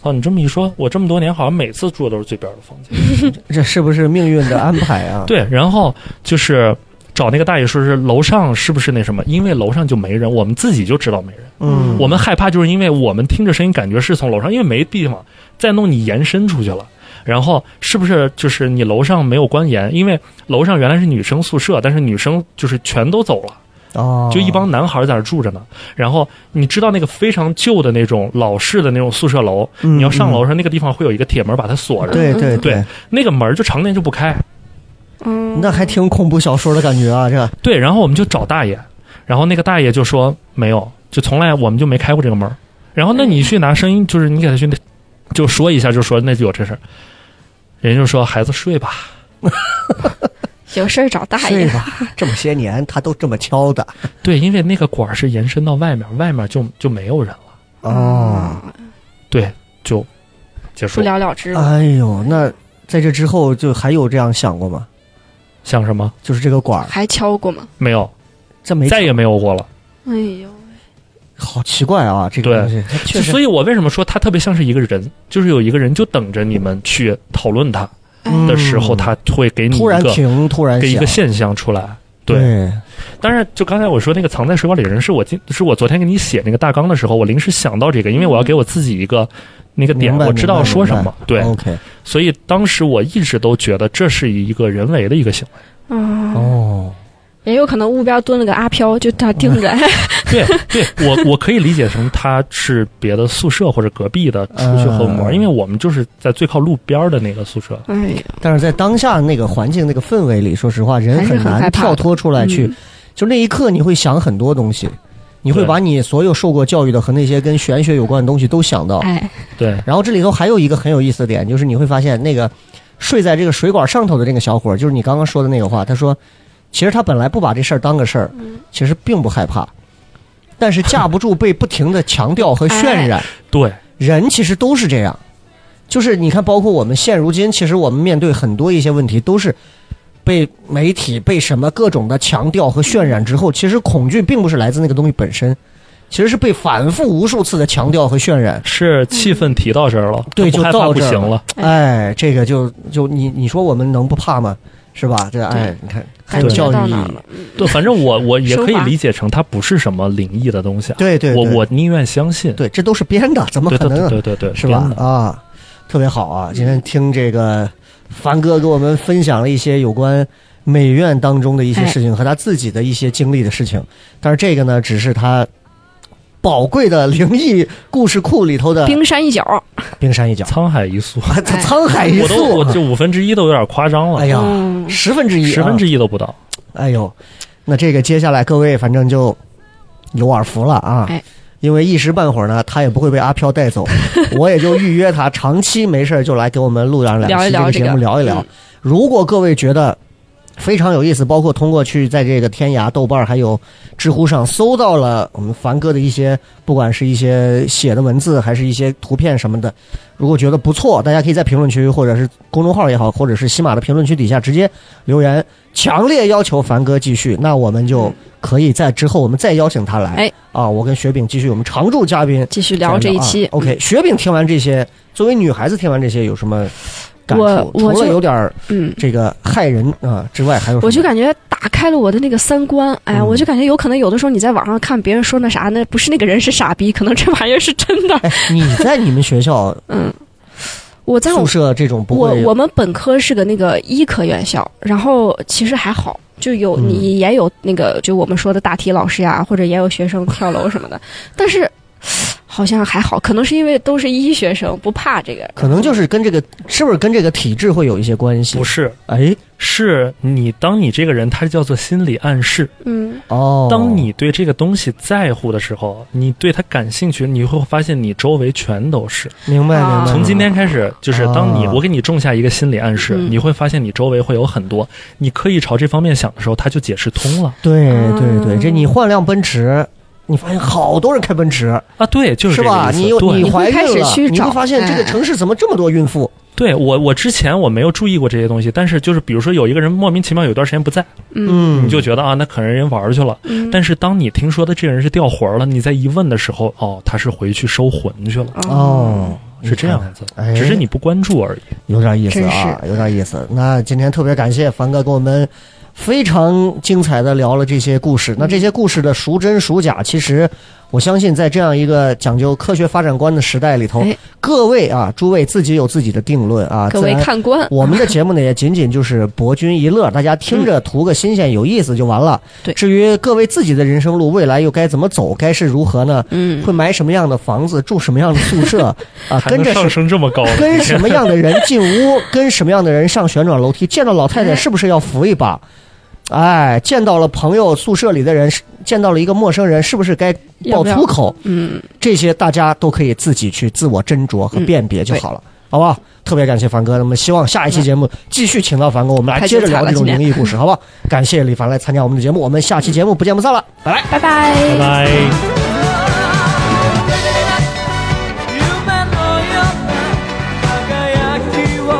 哦，你这么一说，我这么多年好像每次住的都是最边儿的房间。这是不是命运的安排啊？对，然后就是找那个大爷说是楼上是不是那什么？因为楼上就没人，我们自己就知道没人。嗯，我们害怕就是因为我们听着声音感觉是从楼上，因为没地方再弄你延伸出去了。然后是不是就是你楼上没有关严？因为楼上原来是女生宿舍，但是女生就是全都走了，哦，就一帮男孩在那儿住着呢。然后你知道那个非常旧的那种老式的那种宿舍楼，嗯你要上楼的时候，那个地方会有一个铁门把它锁着，对对对，那个门就常年就不开。嗯，那还挺恐怖小说的感觉啊，这对，然后我们就找大爷，然后那个大爷就说没有，就从来我们就没开过这个门儿。然后那你去拿声音，就是你给他去那，就说一下，就说那就有这事儿。人家就说孩子睡吧，有事儿找大睡爷，吧，这么些年他都这么敲的对，因为那个管儿是延伸到外面，外面就就没有人了，嗯哦。对，就结束不。了了之了，哎呦，那在这之后就还有这样想过吗？想什么？就是这个管儿，还敲过吗？没有，这没再也没有过了。哎呦，好奇怪啊，这个东西它确实所以，我为什么说他特别像是一个人，就是有一个人就等着你们去讨论他哎嗯的时候，他会给你一突然个停，突然给一响个，现象出来。对，对，当然，就刚才我说那个藏在水管里的人，是我今是我昨天给你写那个大纲的时候，我临时想到这个，因为我要给我自己一个那个点，明白哦我知道说什明么。对， ，OK，所以当时我一直都觉得这是一个人为的一个行为。啊，哦，也有可能屋边蹲了个阿飘，就他盯 *laughs* 着，对，对我我可以理解成他是别的宿舍或者隔壁的出去和我们玩，嗯因为我们就是在最靠路边儿的那个宿舍。哎呦，但是在当下那个环境、那个氛围里，说实话，人还是很害难怕跳脱出来去嗯就那一刻，你会想很多东西，你会对把你所有受过教育的和那些跟玄学有关的东西都想到。哎，对，然后这里头还有一个很有意思的点，就是你会发现那个睡在这个水管上头的这个小伙儿，就是你刚刚说嗯的那个话，他说，其实他本来不把这事儿当个事儿，其实并不害怕。但是架不住被不停的强调和渲哎染。对，人其实都是这样，就是你看，包括我们现如今，其实我们面对很多一些问题，都是被媒体、被什么各种的强调和渲染之后，其实恐惧并不是来自那个东西本身，其实是被反复无数次的强调和渲染。是气氛提到这儿了，嗯对不害就怕到不这儿行了。哎，这个就就你你说我们能不怕吗？是吧？这哎对，你看很感有觉教到育意哪儿义了。？对，反正我我也可以升华理解成它不是什么灵异的东西啊。对对，我对我宁愿相信。对，这都是编的，怎么对可对能啊？对对对，是吧真？的啊，特别好嗯啊！今天听这个凡哥给我们分享了一些有关美院当中的哎一些事情和他自己的一些经历的事情，但是这个呢，只是他宝贵的灵异故事库里头的冰山一角，冰山一角，沧海一粟，啊他 *laughs* 沧海一哎我都 *laughs* 粟我啊。这五分之一都有点夸张了哎，呀，嗯，十分之一，啊十分之一，一都不到。哎呦，那这个接下来各位反正就有耳福了啊。哎因为一时半会儿呢，他也不会被阿飘带 *laughs* 走，我也就预约他长期没事儿就来给我们录上两聊期一这聊个节目聊一聊嗯。如果各位觉得非常有意思，包括通过去在这个天涯、豆瓣儿还有知乎上搜到了我们凡哥的一些，不管是一些写的文字，还是一些图片什么的，如果觉得不错，大家可以在评论区或者是公众号也好，或者是喜马的评论区底下直接留言，强烈要求凡哥继续，那我们就可以在之后我们再邀请他来。哎啊，我跟雪饼继续我们常驻嘉宾继续聊这一期啊。OK，雪饼听完这些，作为女孩子听完这些有什么感触？我我除了就有点儿嗯，这个害人啊之外，还有什么我就感觉打开了我的那个三观，哎呀，嗯我就感觉有可能有的时候你在网上看别人说那啥，那不是那个人是傻逼，可能这玩意儿是真的。哎，你在你们学 *laughs* 校嗯，我在我宿舍这种不我会我们本科是个那个医科院校，然后其实还好，就有嗯你也有那个就我们说的大体老师呀，或者也有学生跳楼什么的，但是好像还好，可能是因为都是医学生，不怕这个。可能就是跟这个是不是跟这个体质会有一些关系？不，是，哎，是你当你这个人，他叫做心理暗示。嗯，哦，当你对这个东西在乎的时候，你对它感兴趣，你会发现你周围全都是。明白明啊白，从今天开始，就是当你啊我给你种下一个心理暗示，嗯你会发现你周围会有很多。你刻意朝这方面想的时候，它就解释通了对啊对对，这你换辆奔驰。你发现好多人开奔驰，啊。对，就是这吧？个你意有思。你对，怀你会开孕始了，去你找会发现这个哎城市怎么这么多孕妇？对我我之前我没有注意过这些东西，但是就是比如说有一个人莫名其妙有段时间不在，嗯嗯，你就觉得啊，那可能人玩儿去了。嗯，但是当你听说的这个人是掉魂儿了，你再一问的时候，哦，他是回去收魂去了，哦，是这样子，哎只是你不关注而已。有点意思啊，有点意思。那今天特别感谢凡哥给我们非常精彩的聊了这些故事。那这些故事的孰真孰假，其实我相信在这样一个讲究科学发展观的时代里头哎，各位啊，诸位自己有自己的定论啊。各自位然看官，我们的节目呢，也仅仅就是博君一乐，大家听着图个新鲜、有意思就完了。对至于各位自己的人生路，未来又该怎么走，该是如何呢？嗯，会买什么样的房子，住什么样的宿舍啊？ *laughs* 还跟能着上什升这么高，跟什么样的人进屋，跟什么样的人上旋转楼梯，见到老太太是不是要扶一把？哎，见到了朋友宿舍里的人，是见到了一个陌生人，是不是该爆要不要粗口？嗯，这些大家都可以自己去自我斟酌和辨别就好了，好不好？特别感谢凡哥，那么希望下一期节目继续请到凡哥，我们来接着聊这种灵异故事，好不好？感谢李凡来参加我们的节目，我们下期节目不见不散了，拜拜。拜拜。拜拜。夢のような輝きを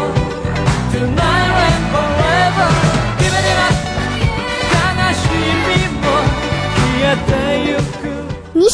Tonight and forever 君では悲しみも消えてゆく你